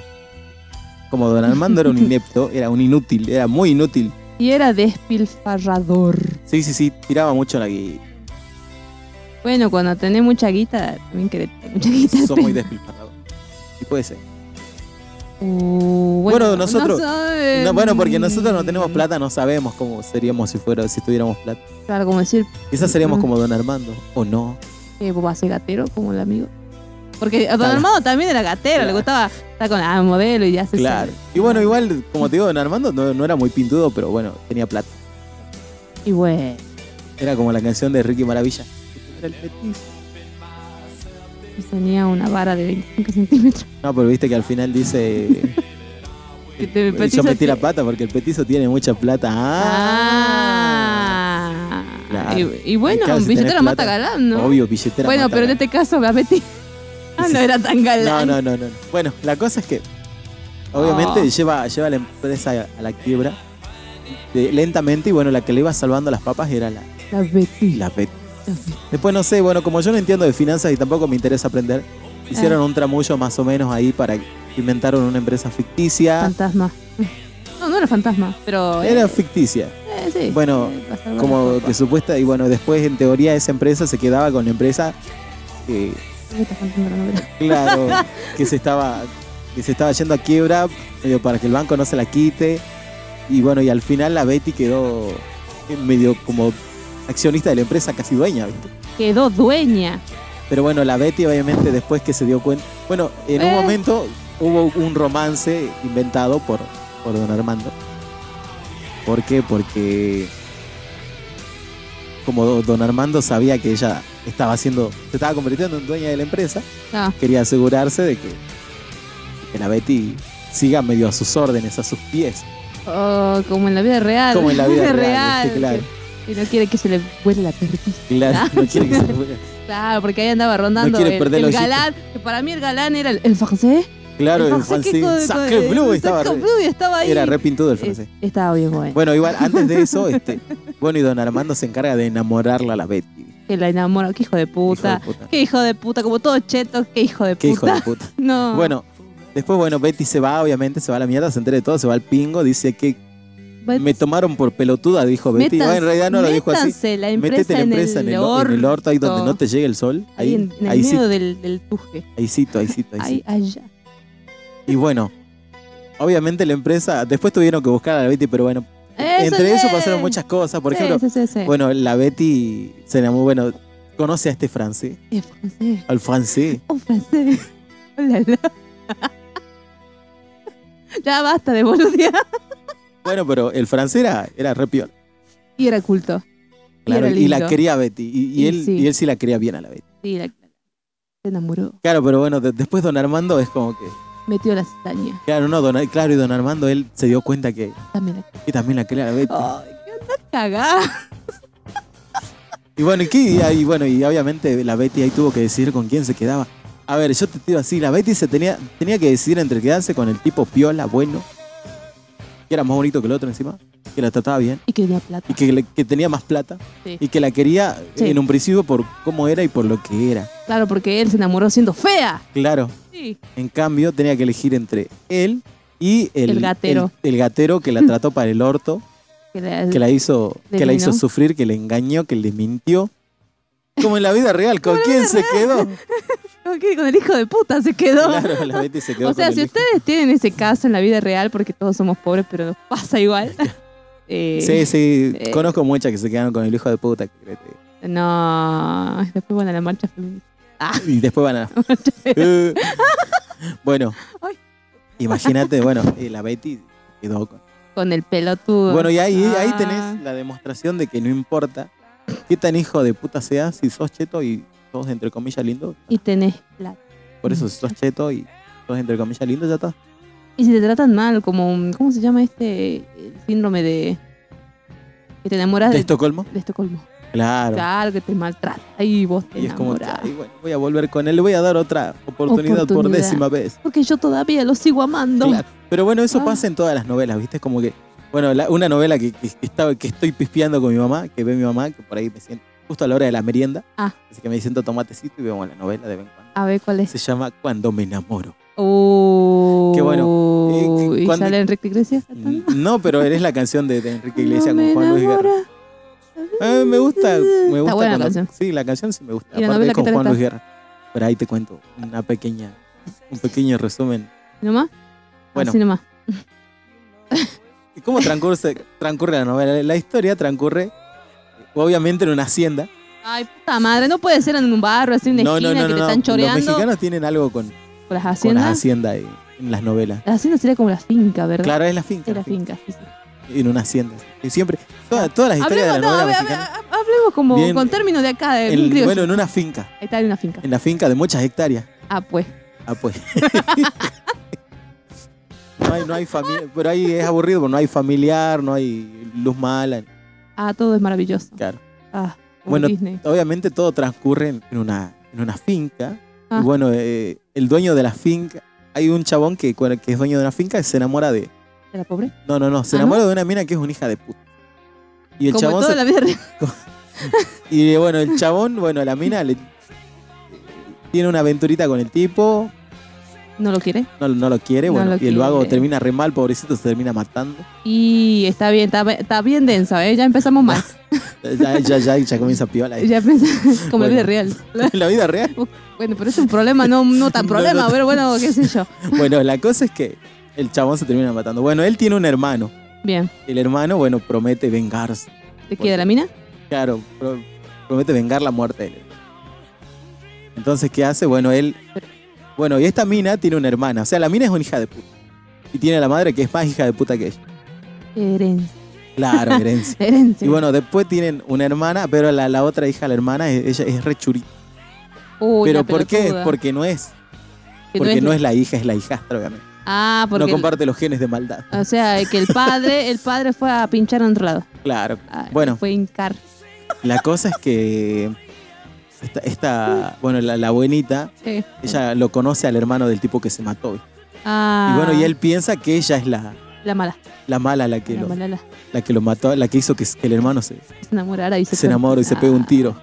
como don Armando era un inepto, era un inútil, era muy inútil.
Y era despilfarrador.
Sí, sí, sí, tiraba mucho la guía.
Bueno, cuando tenés mucha guita, también querés tener mucha guita.
Son muy
pero-
despilfarrados. Y puede ser.
*laughs* Uh,
Bueno, nosotros-
no sabe-
No, bueno, porque nosotros no tenemos plata, no sabemos cómo seríamos si fuera, si tuviéramos plata.
Claro, como decir
Quizás seríamos como don Armando, o no.
que eh, vos vas a ser gatero, como el amigo. Porque a Don
Claro.
Armando también era gatero,
Claro.
le gustaba estar con ah, modelo y ya se
Claro.
sabe.
Y bueno, igual, como te digo, don Armando no, no era muy pintudo, pero bueno, tenía plata.
Y bueno,
Era como la canción de Ricky Maravilla. Era el petiso.
tenía una vara de 25 centímetros.
No, pero viste que al final dice.
Que te
"Y
petizo
yo metí la
Este, que-
pata porque el petizo tiene mucha plata. Ah.
Ah.
Claro.
Y, y bueno,
Y claro, si tenés
billetera mata
plata,
galán, ¿no?
Obvio, billetera.
bueno,
mata
pero en
ganas.
este caso la Betty
*laughs*
ah, no era tan
No,
galán.
no, no, no. no. Bueno, la cosa es que obviamente
Oh.
lleva, lleva a la empresa a la quiebra de- lentamente y bueno, la que le iba salvando las papas era la,
La Betty.
la Betty. Después no sé, bueno, como yo no entiendo de finanzas y tampoco me interesa aprender, hicieron
Ah.
un tramullo más o menos ahí para inventaron una empresa ficticia.
Fantasma. No, no era fantasma, pero...
Era
eh,
ficticia,
eh, sí,
bueno,
eh, pasaba
como
la
que
copa.
supuesta y bueno, después en teoría esa empresa se quedaba con la empresa eh, que
¿Qué estás contando la novela?
Claro, que se estaba que se estaba yendo a quiebra medio para que el banco no se la quite. Y bueno, y al final la Betty quedó medio como accionista de la empresa, casi dueña, ¿viste?
Quedó dueña.
Pero bueno, la Betty obviamente después que se dio cuenta, bueno, en un
Eh.
momento hubo un romance inventado por por Don Armando. ¿Por qué? Porque como do- Don Armando sabía que ella estaba haciendo, se estaba convirtiendo en dueña de la empresa,
Ah,
quería asegurarse de que, que la Betty siga medio a sus órdenes, a sus pies,
oh, como en la vida real. *laughs*
como en la vida real. ¿viste?
que
claro.
Y no quiere que se le vuele la perrita. *laughs*
Claro, no quiere que se le vuelva.
Claro, porque ahí andaba rondando
quiere
el,
perder
el
los
galán. Que para mí el galán era el, el francés.
Claro, el
francés que
francés.
co- co-
Sacre Blue
el
estaba.
Sacre
re-
Bleu estaba ahí.
Era repintudo el
Es-
francés.
estaba bien bueno.
Bueno, igual, antes de
*laughs*
eso, este, bueno, y don Armando se encarga de enamorarla a la Betty. hijo de
Que la enamoró. Qué hijo de puta.
puta.
Qué hijo de puta. Como todo cheto. Qué hijo de
Qué hijo
puta. *laughs*
de puta.
No.
Bueno, después, bueno, Betty se va, obviamente, se va a la mierda, se entera de todo, se va al pingo, dice que
But-
me tomaron por pelotuda, dijo Betty.
métanse-
No, Ah, en realidad no lo dijo así.
métanse la
Métete
empresa,
la empresa en el, o- en el orto, ahí donde no te llegue el sol.
Ahí,
Ahí,
en, en el
ahí, sí,
medio del, del tuje.
ahí cito, ahí cito, ahí
Ahí,
cito.
allá.
Y bueno, obviamente la empresa, después tuvieron que buscar a la Betty, pero bueno,
Eso
entre eso
es.
pasaron muchas cosas. Por
Sí,
ejemplo,
sí, sí, sí.
bueno, la Betty se enamoró, bueno, conoce a este francés,
Es francés.
al francés.
Un francés. *laughs* Oh, la, la. *laughs* ya basta de boludear.
Bueno, pero el francés era, era re piola.
Y era culto.
Claro,
era
y la
lindo.
quería a Betty. Y, y
Y
él,
sí.
y él sí la quería bien a la Betty.
Sí, la, se enamoró.
Claro, pero bueno, de- después don Armando es como que.
Metió la cizaña.
Claro, no, don, claro, y don Armando él se dio cuenta que,
Dame la.
que también la quería a la Betty.
Ay, qué onda cagada.
Y bueno, ¿y, qué? Y ahí, bueno, y obviamente la Betty ahí tuvo que decidir con quién se quedaba. A ver, yo te tiro así, la Betty se tenía, tenía que decidir entre quedarse con el tipo piola, bueno, que era más bonito que el otro encima, que la trataba bien,
Y que tenía plata.
y que, le- que tenía más plata,
Sí.
y que la quería
Sí.
en un principio por cómo era y por lo que era.
Claro, porque él se enamoró siendo fea.
Claro.
Sí.
En cambio, tenía que elegir entre él y el,
El gatero.
El, el gatero que la trató para el orto,
Que la-
que la hizo,
Le
que la
minó.
hizo sufrir, que le engañó, que le mintió. Como en la vida real, ¿con quién se quedó?
Ok, Con el hijo de puta se quedó.
Claro, la Betty se quedó
O sea,
con
si
el hijo.
ustedes tienen ese caso en la vida real, porque todos somos pobres, pero nos pasa igual. eh,
*laughs* Sí, sí,
eh.
conozco muchas que se quedaron con el hijo de puta. que cree que-
No, después van a la marcha feminista.
Y después
*laughs*
van a... Eh. bueno,
Ay.
imagínate, bueno, eh, la Betty quedó con...
Con el pelotudo.
Bueno, y ahí,
Ah.
ahí tenés la demostración de que no importa qué tan hijo de puta seas, si sos cheto y sos entre comillas lindo.
Y tenés plata.
Por eso, si
Mm.
sos cheto y sos entre comillas lindo, ya está.
Y si te tratan mal, como. un- ¿Cómo se llama este el síndrome de. que te enamoras
¿De
de,
Estocolmo?
de Estocolmo?
Claro.
Claro, que te maltrata y vos te
Y es como, que,
enamorás.
ay, bueno, voy a volver con él, le voy a dar otra oportunidad, por
Oportunidad.
décima vez.
Porque yo todavía lo sigo amando.
Claro. Pero bueno, eso
Ah.
pasa en todas las novelas, ¿viste? Es como que, bueno, la- una novela que, que, que estaba- que estoy pispeando con mi mamá, que ve mi mamá, que por ahí me siento justo a la hora de la merienda.
Ah.
Así que me siento a tomatecito y vemos la novela de vez en cuando.
A ver cuál es.
Se llama Cuando me enamoro.
Uy,
Qué bueno. Eh, que-
¿Y
cuando-
sale Enrique Iglesias?
N- Mm, No, pero eres la canción de, de Enrique Iglesias
No me
con Juan Luis Guerra.
enamora.
Eh, me gusta, me gusta.
Está buena la
cuando-
canción.
Sí, la canción sí me gusta.
¿Y la
Aparte
novela
es con
qué tal
Juan
está?
Luis Guerra. Pero ahí te cuento una pequeña, un pequeño resumen.
¿Nomás?
Bueno,
Así nomás.
¿y ¿cómo transcurre, transcurre la novela? La historia transcurre, obviamente, en una hacienda.
Ay, puta madre, no puede ser en un barrio, así en una
No, no,
esquina
no,
que
no,
te
no.
están
Los
choreando.
mexicanos tienen algo con,
Por las
con las
haciendas.
haciendas y- en las novelas.
La hacienda sería como la finca, ¿verdad?
Claro, es la finca.
Era
la finca.
finca. sí, sí.
En una hacienda. Y siempre, toda- todas las historias de
Hablemos, no,
la novela
a ver, a ver,
mexicana,
ha- hablemos como
Bien,
con términos de acá, de un
en-
criollo.
bueno, en una finca.
Ahí está, hay una finca.
En la finca de muchas hectáreas.
Ah, pues.
Ah, pues. *laughs* no hay, no hay familia. Pero ahí es aburrido, porque no hay familiar, no hay luz mala.
Ah, todo es maravilloso.
Claro.
Ah, como
Bueno,
Disney.
Obviamente todo transcurre en en una, en una finca.
Ah.
Y bueno, eh, el dueño de la finca. Hay un chabón que, cua- que es dueño de una finca que se enamora de.
¿De la pobre?
No, no, no. Se
Ah, ¿no?
enamora de una mina que es una hija de puta. Y el
Como
chabón
toda
se-
la vida real.
Y eh, bueno, el chabón, bueno, la mina le- tiene una aventurita con el tipo.
No lo quiere.
No, no lo quiere,
No
bueno.
lo
y el vago
quiere.
termina re mal, pobrecito, se termina matando.
Y está bien, está, be- está bien densa, ¿eh? Ya
*laughs*
empezamos mal.
Ya, ya, ya, ya comienza piola. ahí. *laughs*
*laughs* ya empezamos como la vida
Bueno.
real. *laughs*
En la vida real.
Bueno, pero es un problema, no, no
*laughs*
tan
No,
problema,
no tan-
pero bueno, qué sé yo.
Bueno, la cosa es que el chabón se termina matando. Bueno, él tiene un hermano.
Bien.
El hermano, bueno, promete vengarse.
¿De qué? ¿De la mina?
Claro, pro- promete vengar la muerte del hermano. Entonces, ¿qué hace? Bueno, él. Bueno, y esta mina tiene una hermana. O sea, la mina es una hija de puta. Y tiene a la madre que es más hija de puta que ella.
Herencia.
Claro,
*laughs*
herencia.
Herencia.
Y bueno, después tienen una hermana, pero la, la otra hija, la hermana, es- ella es re churita.
Uy,
¿Pero
la
por qué?
pelotuda.
Porque no es.
Que
Porque no
la-
es la hija, es la hijastra, obviamente.
Ah, porque.
no
el-
comparte los genes de maldad.
o sea, que el padre, el padre fue a pinchar a otro lado.
Claro.
Ah,
Bueno,
Fue a hincar.
la cosa es que esta, esta- bueno, la, la buenita,
Sí.
ella lo conoce al hermano del tipo que se mató.
Ah,
Y bueno, y él piensa que ella es la,
La mala.
la mala la que,
La
lo,
mala la,
la que lo mató, la que hizo que, que el hermano se,
se enamorara y se.
se enamore y se pegue un
Ah.
tiro.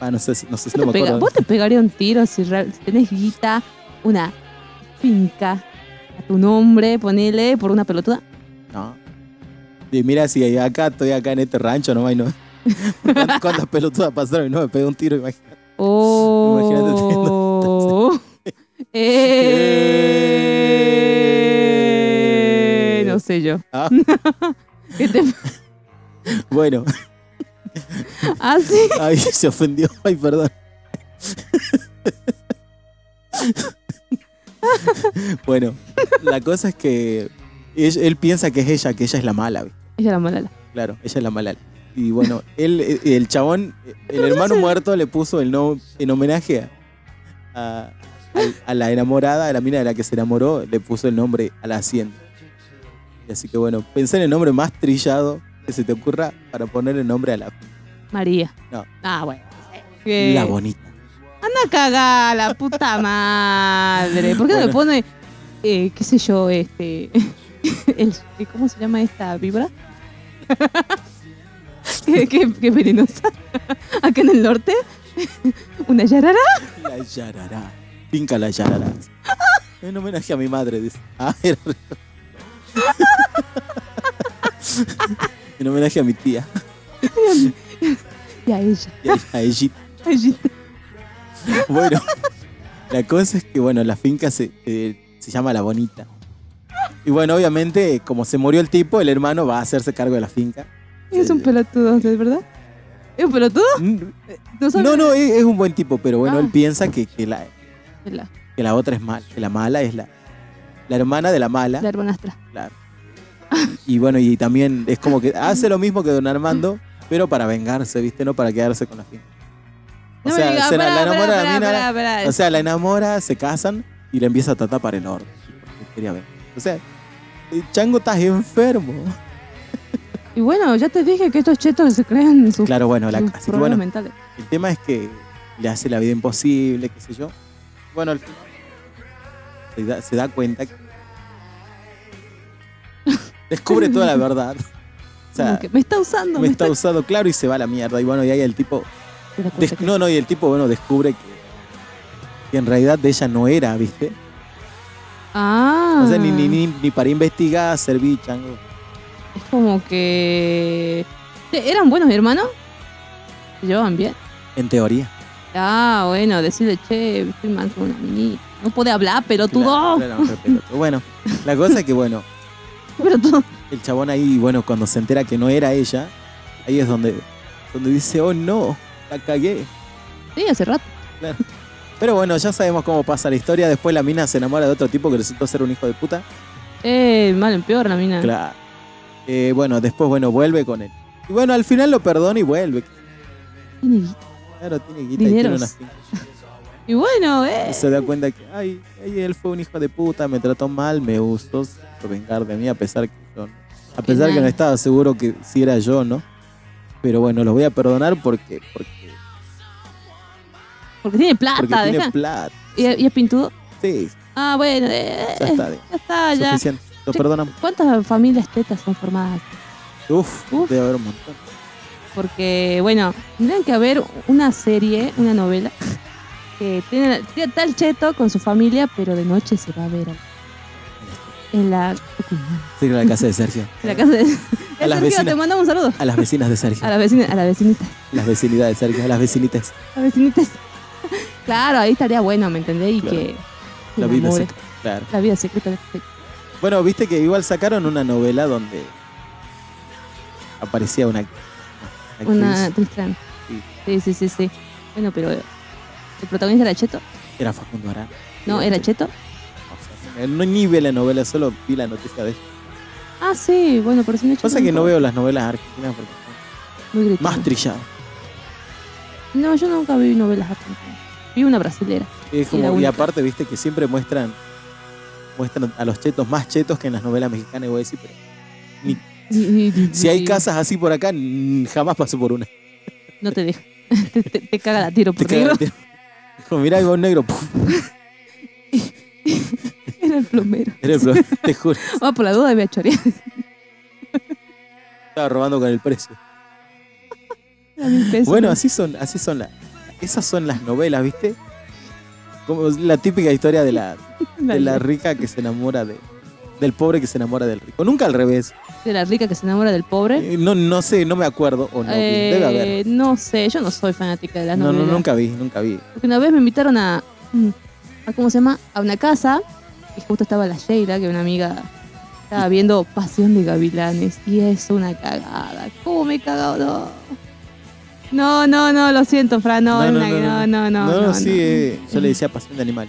Ah, no sé, si- no sé, si-
¿Vos,
no me
te pega-
acuerdo.
vos te pegarías un tiro si, real- si tenés guita, una finca a tu nombre, ponele por
*laughs*
una pelotuda?
No. Y mira, si acá estoy acá en este rancho nomás y
*laughs*
no. ¿Cuántas- ¿Cuántas pelotudas pasaron y no me pegué un tiro? Imagínate.
¡Oh! *laughs*
*laughs*
Eh, No sé yo. *laughs*
Ah.
¿Qué te- *laughs*
Bueno,
Ah, sí.
ay, se ofendió. Ay, perdón. *laughs* Bueno, la cosa es que él, él piensa que es ella, que ella es la mala, ¿viste?
Ella la mala.
claro, ella es la mala. Y bueno, él, eh, el chabón, el hermano muerto le puso el no, en homenaje a, a- al- a la enamorada, a la mina de la que se enamoró, le puso el nombre a la hacienda. Y así que bueno, pensé en el nombre más trillado que se te ocurra para poner el nombre a la,
María.
No.
Ah, bueno. Eh,
la bonita.
Anda a cagar, la puta madre. ¿Por qué no le pone, eh, qué sé yo, este. *laughs* el- eh, ¿Cómo se llama esta víbora? *laughs* qué, qué- qué venenosa. *laughs* Acá en el norte. *laughs* Una yarara.
La yarará. Pinca la yarará. En homenaje a mi madre, dice. Ah, era re- *laughs* en homenaje a mi tía
Y a ella.
y a, a ellita.
a ella.
Bueno, la cosa es que, bueno, la finca se, eh, se llama La Bonita. Y bueno, obviamente, como se murió el tipo, el hermano va a hacerse cargo de la finca.
Es
Eh.
un pelotudo, ¿de verdad? ¿Es un pelotudo?
Mm,
No, sabe-
No, no, es, es un buen tipo, pero bueno,
Ah.
él piensa que, que la,
La,
que la otra es mala, que la mala es la, la hermana de la mala.
la hermanastra.
Claro. Y bueno, y también es como que hace lo mismo que Don Armando, pero para vengarse, ¿viste? No para quedarse con la finca. O
No me
sea,
digas,
se la,
pará,
la
pará,
enamora la
pará,
mina-
pará, pará.
O sea, la enamora, se casan y la empieza a tratar para el orto. porque Quería ver. O sea, eh, Chango, estás enfermo.
Y bueno, ya te dije que estos chetos se crean sus,
Claro, bueno, *laughs* la,
sus
así que bueno,
problemas mentales.
el tema es que le hace la vida imposible, qué sé yo. Bueno, al final se da, se da cuenta *laughs* que... Descubre toda la verdad. O sea,
Como que me está usando,
me
me
está usando claro y se va a la mierda. Y bueno, y ahí el tipo...
Te das cuenta
des-
que-
no, no, y el tipo, bueno, descubre que, que en realidad de ella no era, ¿viste?
Ah.
O sea, ni, ni, ni, ni para investigar serví, chango.
Es como que. Che, ¿Eran buenos hermanos? ¿Se llevaban bien?
En teoría.
Ah, bueno, decirle, che, estoy mal con una niña. No puede hablar,
Claro,
pelotudo.
claro, re pelotudo. Bueno, la cosa es que, bueno,
*laughs* Pelotudo.
el chabón ahí, bueno, cuando se entera que no era ella, ahí es donde, donde dice, oh no, la cagué.
Sí, hace rato.
Pero bueno, ya sabemos cómo pasa la historia. Después la mina se enamora de otro tipo que resultó ser un hijo de puta.
Eh, mal en peor la mina.
Claro. Eh, bueno, después, bueno, vuelve con él. Y bueno, al final lo perdona y vuelve.
Tiene guita.
Claro, tiene guita y tiene
Dineros.
una finca.
Y bueno, eh.
Y se da cuenta que, ay, ay, él fue un hijo de puta, me trató mal, me gustó se hizo vengar de mí, a pesar que yo no- A pesar que no
mal.
estaba seguro que si era yo, ¿no? Pero bueno, lo voy a perdonar porque, porque,
Porque tiene plata,
porque tiene
deja.
plata.
¿Y, y es pintudo.
Sí,
Ah, bueno, eh.
ya está, de-
Ya está, ya.
suficiente. Lo
Che-
perdonamos.
¿Cuántas familias tetas son formadas?
Uf,
Uf.
debe haber un montón.
Porque, bueno, tendrían que haber una serie, una novela, que tiene, tiene tal cheto con su familia, pero de noche se va a ver al- en la,
Sí, en la casa de Sergio.
en la casa de.
A las
*laughs* Sergio,
vecinas.
te mandamos un saludo.
A las vecinas de Sergio.
*laughs* A la vecina, a la vecinita,
Las vecinidades de Sergio, a las vecinitas.
a vecinitas. *laughs* Claro, ahí estaría bueno, ¿me entendés? Y
Claro.
que.
La
se
vida
enamore.
secreta. Claro.
La vida secreta. de- este,
Bueno, viste que igual sacaron una novela donde aparecía una, una
Una
actriz
Tristran.
Sí.
Sí, sí, sí, sí. Bueno, pero. eh, ¿El protagonista era Cheto?
que era Facundo Arana.
No, era Cheto.
O sea, no ni vi la novela, solo vi la noticia de ella.
Ah, sí, bueno, por si no Cheto.
Pasa que no
nunca-
veo las novelas argentinas porque son
Muy gritona.
más trilladas.
No, yo nunca vi novelas argentinas. Vi una brasilera.
Es
Y
como,
la
y
única.
aparte, viste que siempre muestran muestran a los chetos más chetos que en las novelas mexicanas, y voy a decir, pero si
Si *laughs*
hay casas así por acá, mm, jamás paso por una.
No te deja. *laughs* Te, te- te caga la tiro
Te
por
cagan
negro.
a tiro. Como, mirá, ahí va un negro. puf, *laughs*
*laughs* Era el plomero.
era el problema, te juro,
Ah, por la duda había choreado.
estaba robando con el
*laughs*
precio.
Era *laughs* mil
*laughs*
pesos.
Bueno, así son, así son las. Esas son las novelas, ¿viste? Como la típica historia de la, de la rica que se enamora de, del pobre que se enamora del rico. Nunca al revés.
de la rica que se enamora del pobre.
Eh, No, no sé, no me acuerdo o no. vi. Debe haber.
Eh, no sé, yo no soy fanática de las
No, no,
novelas.
nunca vi, nunca vi.
Porque una vez me invitaron a. mm, a ¿Cómo se llama? A una casa. Y justo estaba la Sheila, que una amiga estaba viendo Pasión de Gavilanes. Y es una cagada. ¿Cómo me he cagado? No. No, no, no, lo siento, Fran. No, es una- no, no, no.
No,
no,
sí,
no.
eh, yo le decía pasión de animal.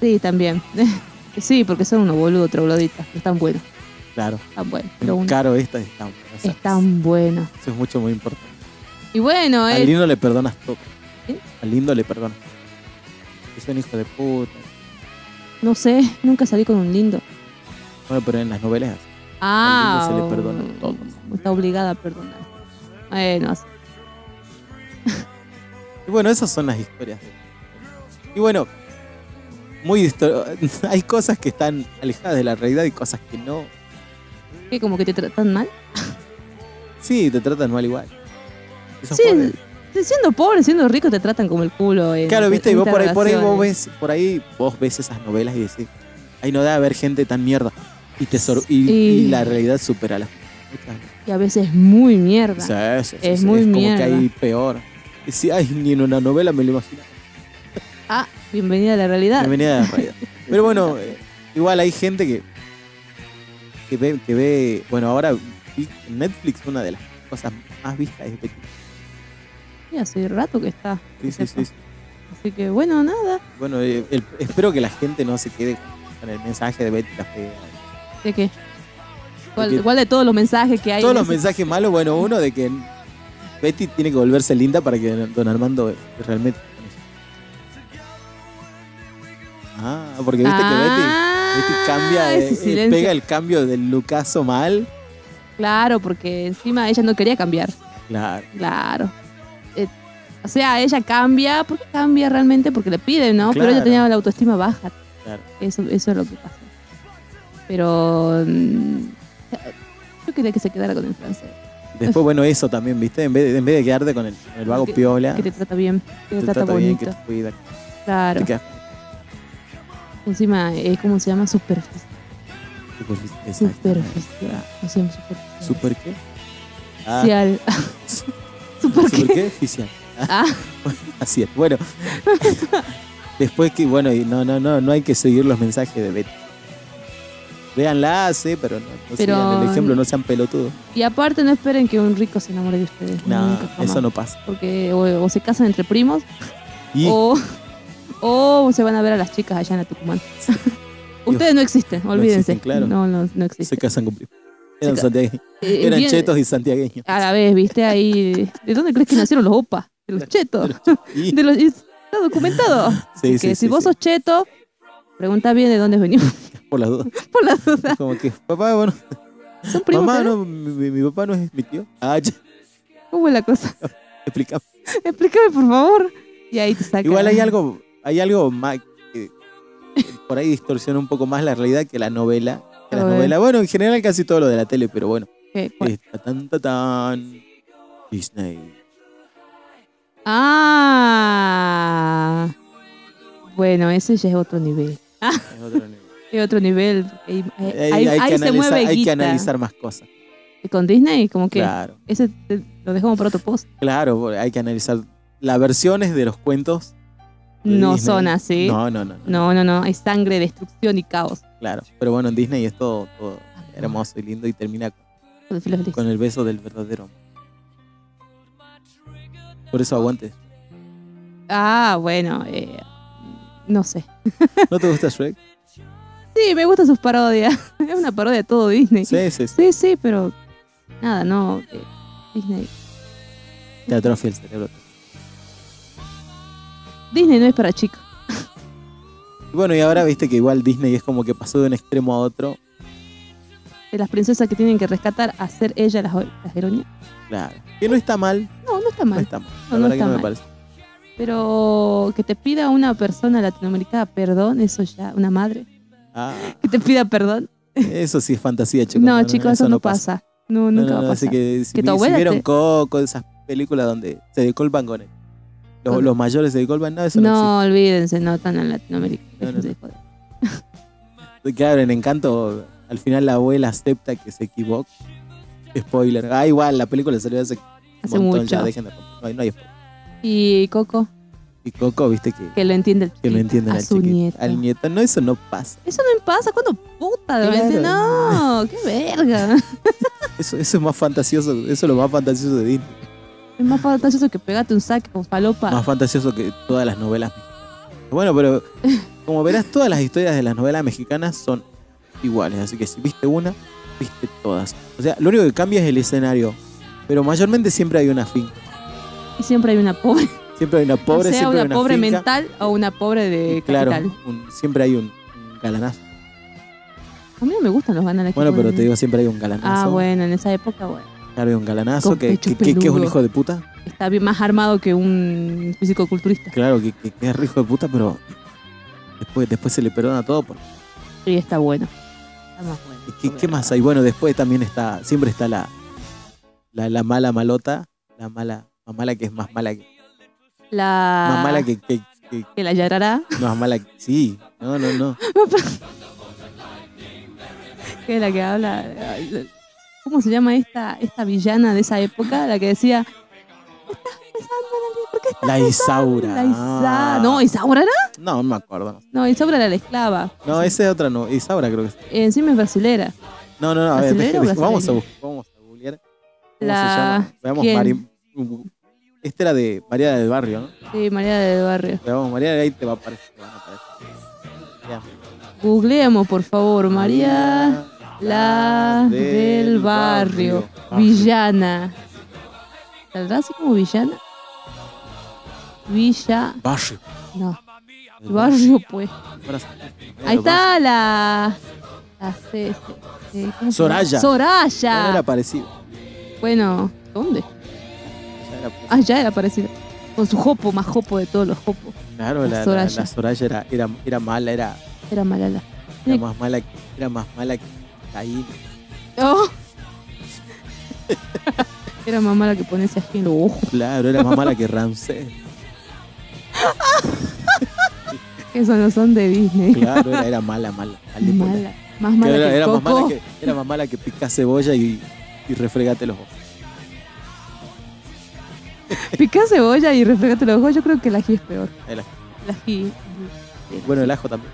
Sí, también. *laughs* sí, porque son unos boludos trogloditas. Pero están buenos,
Claro.
están buenos. Pero uno-
Caro esta es tan. o sea,
están buenos.
Eso es mucho, muy importante.
Y bueno,
Al
eh,
lindo le perdonas todo.
¿Eh?
Al lindo le perdonas. Es un hijo de puta.
no sé, nunca salí con un lindo.
Bueno, pero en las novelas.
Ah.
Al lindo se le perdona todo.
Está obligada a perdonar. Bueno, así.
Y bueno, esas son las historias. de- Y bueno, muy disto- *laughs* hay cosas que están alejadas de la realidad y cosas que no.
¿qué? Como que te tratan mal.
Sí, te tratan mal igual. Esos
Sí,
pobres.
sí, siendo pobre, siendo rico, te tratan como el culo. en-
Claro, viste, y
en
vos por ahí, por ahí vos
relaciones.
ves, por ahí vos ves esas novelas y decís, ay no debe haber gente tan mierda. Y te sor- y,
Y-
y la realidad supera a las
Y a veces es muy mierda.
O sea, es,
Es muy
como
mierda.
que hay peor. Y si ay, ni en una novela me lo imagino.
Ah, bienvenida a la realidad.
Bienvenida a la realidad. Pero bueno,
*laughs*
eh, igual hay gente que que ve, que ve, bueno, ahora vi en Netflix una de las cosas más vistas es Becky.
Sí, hace rato que está.
Sí, sí, sí, sí.
Así que bueno, nada.
Bueno, eh, el- espero que la gente no se quede con el mensaje de Betty la fea.
¿De qué? ¿Cuál,
Porque-
cuál de todos los mensajes que hay?
Todos
en
los
ese-
mensajes malos, bueno, uno de que Betty tiene que volverse linda para que don Armando realmente. Ah, porque viste
Ah,
que Betty, Betty cambia,
ese
eh, eh,
silencio.
pega el cambio del Lucaso mal.
Claro, porque encima ella no quería cambiar.
Claro,
Claro. Eh, o sea, ella cambia. ¿Por qué cambia realmente? Porque le piden, ¿no? Pero ella
Claro.
tenía la autoestima baja.
claro.
Eso, eso es lo que pasa. Pero. mm, yo quería que se quedara con el francés.
Después, bueno, eso también, ¿viste? En vez de, en vez de quedarte con el, con el vago
Que-
piola,
Que te trata bien. Que te, trata,
bien,
bonito.
que te cuida.
Claro.
Te quedas
Encima, eh, ¿cómo se llama? Superficial.
super,
Superficial. No sé, superficial.
¿Super qué? Ah,
Superficial.
*laughs*
¿Super
¿Super
qué?
qué? Oficial.
Ah,
Así es. Bueno, *laughs* después que, bueno, y no, no, no, no hay que seguir los mensajes de Betty. Véanla, sí, pero no, no
Pero-
sigan el ejemplo, no sean pelotudos.
y aparte, no esperen que un rico se enamore de ustedes.
No,
Nunca, jamás.
eso no pasa.
Porque o, o se casan entre primos
Y
o, o se van a ver a las chicas allá en la Tucumán. *laughs* ustedes no existen, olvídense.
existen, claro.
no, no, no
se
existen.
casan con Eran
ca-
santiagueños.
Eh,
Eran
bien- Ah,
chetos y santiagueños.
A la vez, viste ahí. ¿De dónde crees que nacieron los opas? De los chetos.
Y-
De los, está documentado.
sí,
que
sí,
si
sí,
vos
sí,
sos cheto, pregunta bien de dónde venimos. *laughs*
por las dudas.
Por la duda.
Como que, papá, bueno,
Son primos. ¿eh?
mamá,
¿verdad?
no, mi, mi- mi papá no es mi tío. Ah, ya, *laughs*
¿Cómo es la cosa? *laughs*
explicamos.
Explícame, por favor. Y ahí te sacan.
Igual hay algo, hay algo más que que por ahí distorsiona un poco más la realidad que la novela. Que
A
la
ver.
novela. Bueno, en general casi todo lo de la tele, pero bueno.
¿Qué? ¿Cuál?
Es tan, tan, tan, Disney.
Ah. Bueno, ese ya es otro nivel.
Es otro
*laughs*
nivel.
Es otro nivel. Ahí, ahí-
Ahí-
Eh, ahí-
hay,
ahí
que
se
analizar,
mueve
hay que
guita.
analizar más cosas.
¿Y Con Disney, como que
Claro,
ese te- lo dejamos para otro post.
claro, porque hay que analizar las versiones de los cuentos. de
No
Disney.
son así.
No, no, no, no,
No, no, no. Hay sangre, destrucción y caos.
Claro, pero bueno, en Disney es todo, todo hermoso y lindo y termina con,
Con filo feliz.
con el beso del verdadero amor. Por eso aguante.
Ah, bueno. eh, no sé.
¿No te gusta Shrek?
Sí, me gustan sus parodias. *laughs* es una parodia de todo Disney.
Sí, sí, sí.
Sí, sí, pero nada, no. eh, Disney.
Te atrofia el cerebro.
Disney no es para chicos.
Y bueno, y ahora viste que igual Disney es como que pasó de un extremo a otro.
De Eh, las princesas que tienen que rescatar, hacer ella las, las heroínas.
Claro. Que no está mal,
No, no está
no
mal.
está mal. La
No,
verdad
no
que
está
no me
mal.
parece.
Pero que te pida una persona latinoamericana perdón, eso ya, una madre,
Ah,
que te pida perdón.
eso sí es fantasía, *laughs* chicos.
no, chicos, eso, no pasa. No,
No,
nunca
no,
va a
no, así
pasar.
que si,
Que tu
vi- si
abuela
vieron
te-
Coco, esas películas donde se decolpan con él. Los,
Ajá.
los mayores se decolpan, no, eso
no,
no, existe.
olvídense, no tan en Latinoamérica.
No, no,
dejen de joder.
Claro, en Encanto, al final la abuela acepta que se equivoca. Spoiler. Ah, igual, la película salió hace, un
Hace
montón
mucho.
ya, dejen de romper. No hay, no hay spoiler.
Y Coco,
Y Coco, viste que,
que lo entiende el
que lo
chiquito,
entienden
a
al
su
chiquito.
nieto.
Al nieto, no, eso no pasa.
Eso no pasa, ¿cuándo puta?
Claro.
lo
Ah.
entiende? No, qué verga.
Eso, eso es más fantasioso, eso es lo más fantasioso de Disney.
Es más fantasioso que pegate un saque con falopa.
Más fantasioso que todas las novelas mexicanas. Bueno, pero como verás, todas las historias de las novelas mexicanas son iguales. Así que si viste una, viste todas. O sea, lo único que cambia es el escenario. Pero mayormente siempre hay una finca.
Y siempre hay una pobre.
Siempre hay una pobre,
*laughs* o sea,
siempre
una,
hay una
pobre
finca.
mental o una pobre de
claro,
capital.
un- siempre hay un, un galanazo.
A mí no me gustan los banales.
Bueno, pero te digo, siempre hay un galanazo.
Ah, bueno, en esa época, bueno.
Claro, hay un galanazo
Con
que,
pecho
que- que- que es un
peludo.
hijo de puta.
Está bien más armado que un fisicoculturista.
Claro, que, que- que es hijo de puta, pero después, después se le perdona todo. por-
Y está bueno. Está más bueno.
¿Qué, qué más hay? Bueno, después también está, siempre está la, la, la mala malota, la mala, más mala que es más mala que,
La.
más mala que, que- que-
que la yarará.
más mala que, sí, no, no, no.
que es la que habla. ¿Cómo se llama esta, esta villana de esa época? La que decía. "Estás besando a nadie, ¿por qué estás
La Isaura.
*laughs*
Ah.
La Isa- No, Isaura era.
No, no me acuerdo.
No, Isaura era la esclava. Eh,
No, esa es otra no, Isaura creo que es.
Encima es brasilera.
No, no, no, a ver,
¿Brasilero
deje-
o
deje- vamos a
brasileño?
buscar, vamos a googlear. ¿Cómo
La-
se llama? Veamos
¿quién?
Mari- Esta era de María del Barrio, ¿no?
Sí, María del Barrio.
Veamos, María ahí te va a aparecer, te van a aparecer. Ya.
Googleemos, por favor. María. La del barrio. Ah,
Ah,
Villana. ¿Saldrá así como villana? Villa.
Barrio.
No. Barrio, pues. Ahí
pues,
está la. la C- C- ¿cómo se llama?
Soraya. Ya era
Soraya.
parecido.
Bueno, ¿dónde?
Ya era parecido.
Ah, ya era parecido. Con su jopo, más jopo de todos los
pues,
jopos.
Claro,
la
la, la- la Soraya,
Soraya.
era, era, era mala, era,
Era malala.
era
Sí.
más mala que, era más mala que Caín.
Oh. *laughs* Era mamá la que pone ese ají en los ojos.
Claro, era más mala que Ramsés.
Esos no son de Disney.
Claro, era, era mala, mala. malévola.
Mala. Más
Que
mala
era,
que
era más
Coco.
mala que, era más mala que pica cebolla y, y refregate los ojos.
Pica cebolla y refregate los ojos. Yo creo que el ají es peor.
El ají.
El ají.
Bueno, el ajo también.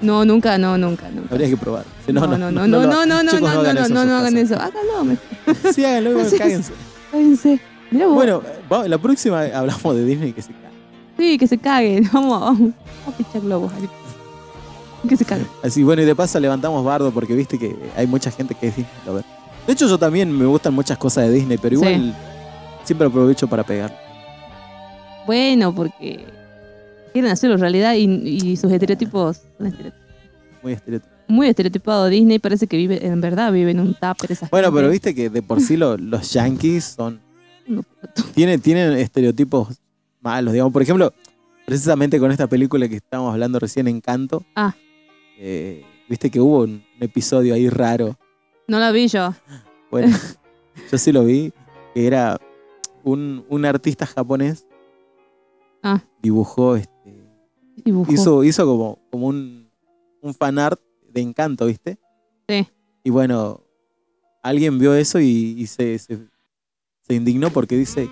No, nunca, no, nunca, nunca.
Habría que probar. Si
No, no, no, no, no,
lo-
no, no, no,
chicos,
no,
hagan
no,
eso
no,
en
no
sus
hagan
casas.
eso. Háganlo, me
Sí, háganlo,
*laughs*
bueno,
Así es.
cáguense.
cállense. Mirá vos.
Bueno, va- la próxima hablamos de Disney que se cae.
Sí, que se caguen. *laughs* Vamos, vamos. Vamos a pichar globos. así. Que se caguen.
Así, bueno, y de paso levantamos bardo porque viste que hay mucha gente que es Disney lover. De hecho, yo también me gustan muchas cosas de Disney, pero
Sí.
igual siempre aprovecho para pegar.
Bueno, porque quieren hacerlo realidad y, y sus estereotipos son estereotipos.
Muy estereotipo.
Muy estereotipado Disney, parece que vive, en verdad vive en un tupper esa
Bueno,
gente.
pero viste que de por sí lo- los yankees son.
No,
Tienen, tienen estereotipos malos, digamos. Por ejemplo, precisamente con esta película que estábamos hablando recién, Encanto.
Ah.
eh, viste que hubo un episodio ahí raro.
no la vi yo. *laughs*
Bueno, yo sí lo vi, que era un, un artista japonés.
Ah.
Dibujó este.
Dibujó.
hizo, hizo como, como un, un fanart de encanto, ¿viste?
Sí.
Y bueno, alguien vio eso y, y se, se, se indignó porque dice,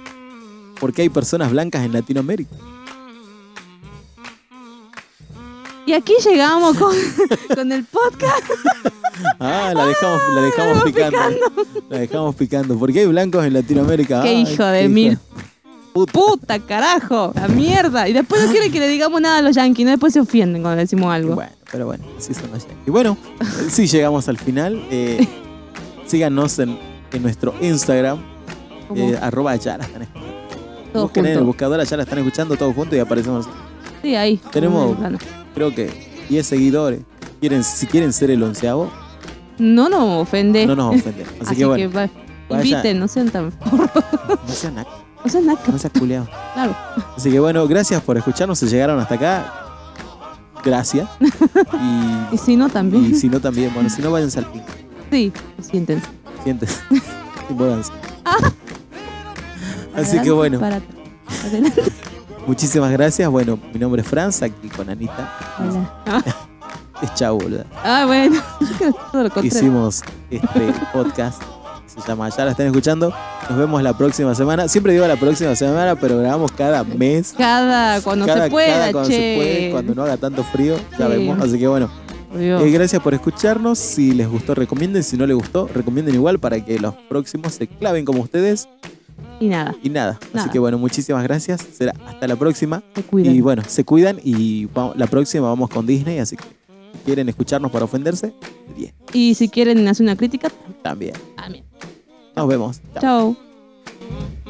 ¿por qué hay personas blancas en Latinoamérica?
Y aquí llegamos con, *laughs* con el podcast.
Ah, la dejamos, la
Ah,
dejamos picando. La dejamos picando. ¿Por qué hay blancos en Latinoamérica?
Qué
Ay,
hijo de
qué
mil
Puta.
Puta, carajo, la mierda. Y después no quieren que le digamos nada a los yankees, ¿no? Después se ofenden cuando le decimos algo.
Bueno, pero bueno, así son los Yankees. Y bueno, sí llegamos al final.
*laughs*
Eh, síganos en, en nuestro Instagram,
Como
eh, arroba ya la están
todos
Busquen en el
juntos.
buscador, allá la están escuchando todos juntos y aparecemos.
Sí, ahí.
Tenemos-
Bueno.
Creo que 10 seguidores. Quieren, si quieren ser el onceavo,
No nos ofende.
no nos ofenden. Así, que bueno,
va-
vaya-
inviten, no sean tan.
no sean nacos,
No sean nada,
no sean culeados.
claro.
Así que bueno, gracias por escucharnos. Si llegaron hasta acá, gracias. Y,
Y si no, también.
y si no, también. Bueno, si no, vayan al pico.
*laughs* Sí, siéntense.
Siéntense. Y muévanse. Así
Adelante,
que bueno,
para atrás. Adelante.
muchísimas gracias. Bueno, mi nombre es Franz, aquí con Anita.
Hola.
Es chau, boluda.
Ah, bueno. *laughs* Yo creo que es todo lo contrario.
Hicimos este podcast. Se llama Ya la están escuchando. Nos vemos la próxima semana. Siempre digo la próxima semana, pero grabamos cada mes.
Cada Ah, cuando
Cada-
se pueda,
cada cuando
che.
se puede, cuando no haga tanto frío, ya
Sí.
vemos. Así que bueno,
Obvio.
Eh, gracias por escucharnos. Si les gustó, recomienden. Si no les gustó, recomienden igual para que los próximos se claven como ustedes.
Y nada,
Y nada. Así
Nada.
que bueno, muchísimas gracias. Será hasta la próxima.
te cuidan.
Y bueno, se cuidan y va- la próxima vamos con Disney. Así que si quieren escucharnos para ofenderse, bien,
Y si quieren hacer una crítica,
también.
también.
Nos vemos. Chao.
Chao.
Thank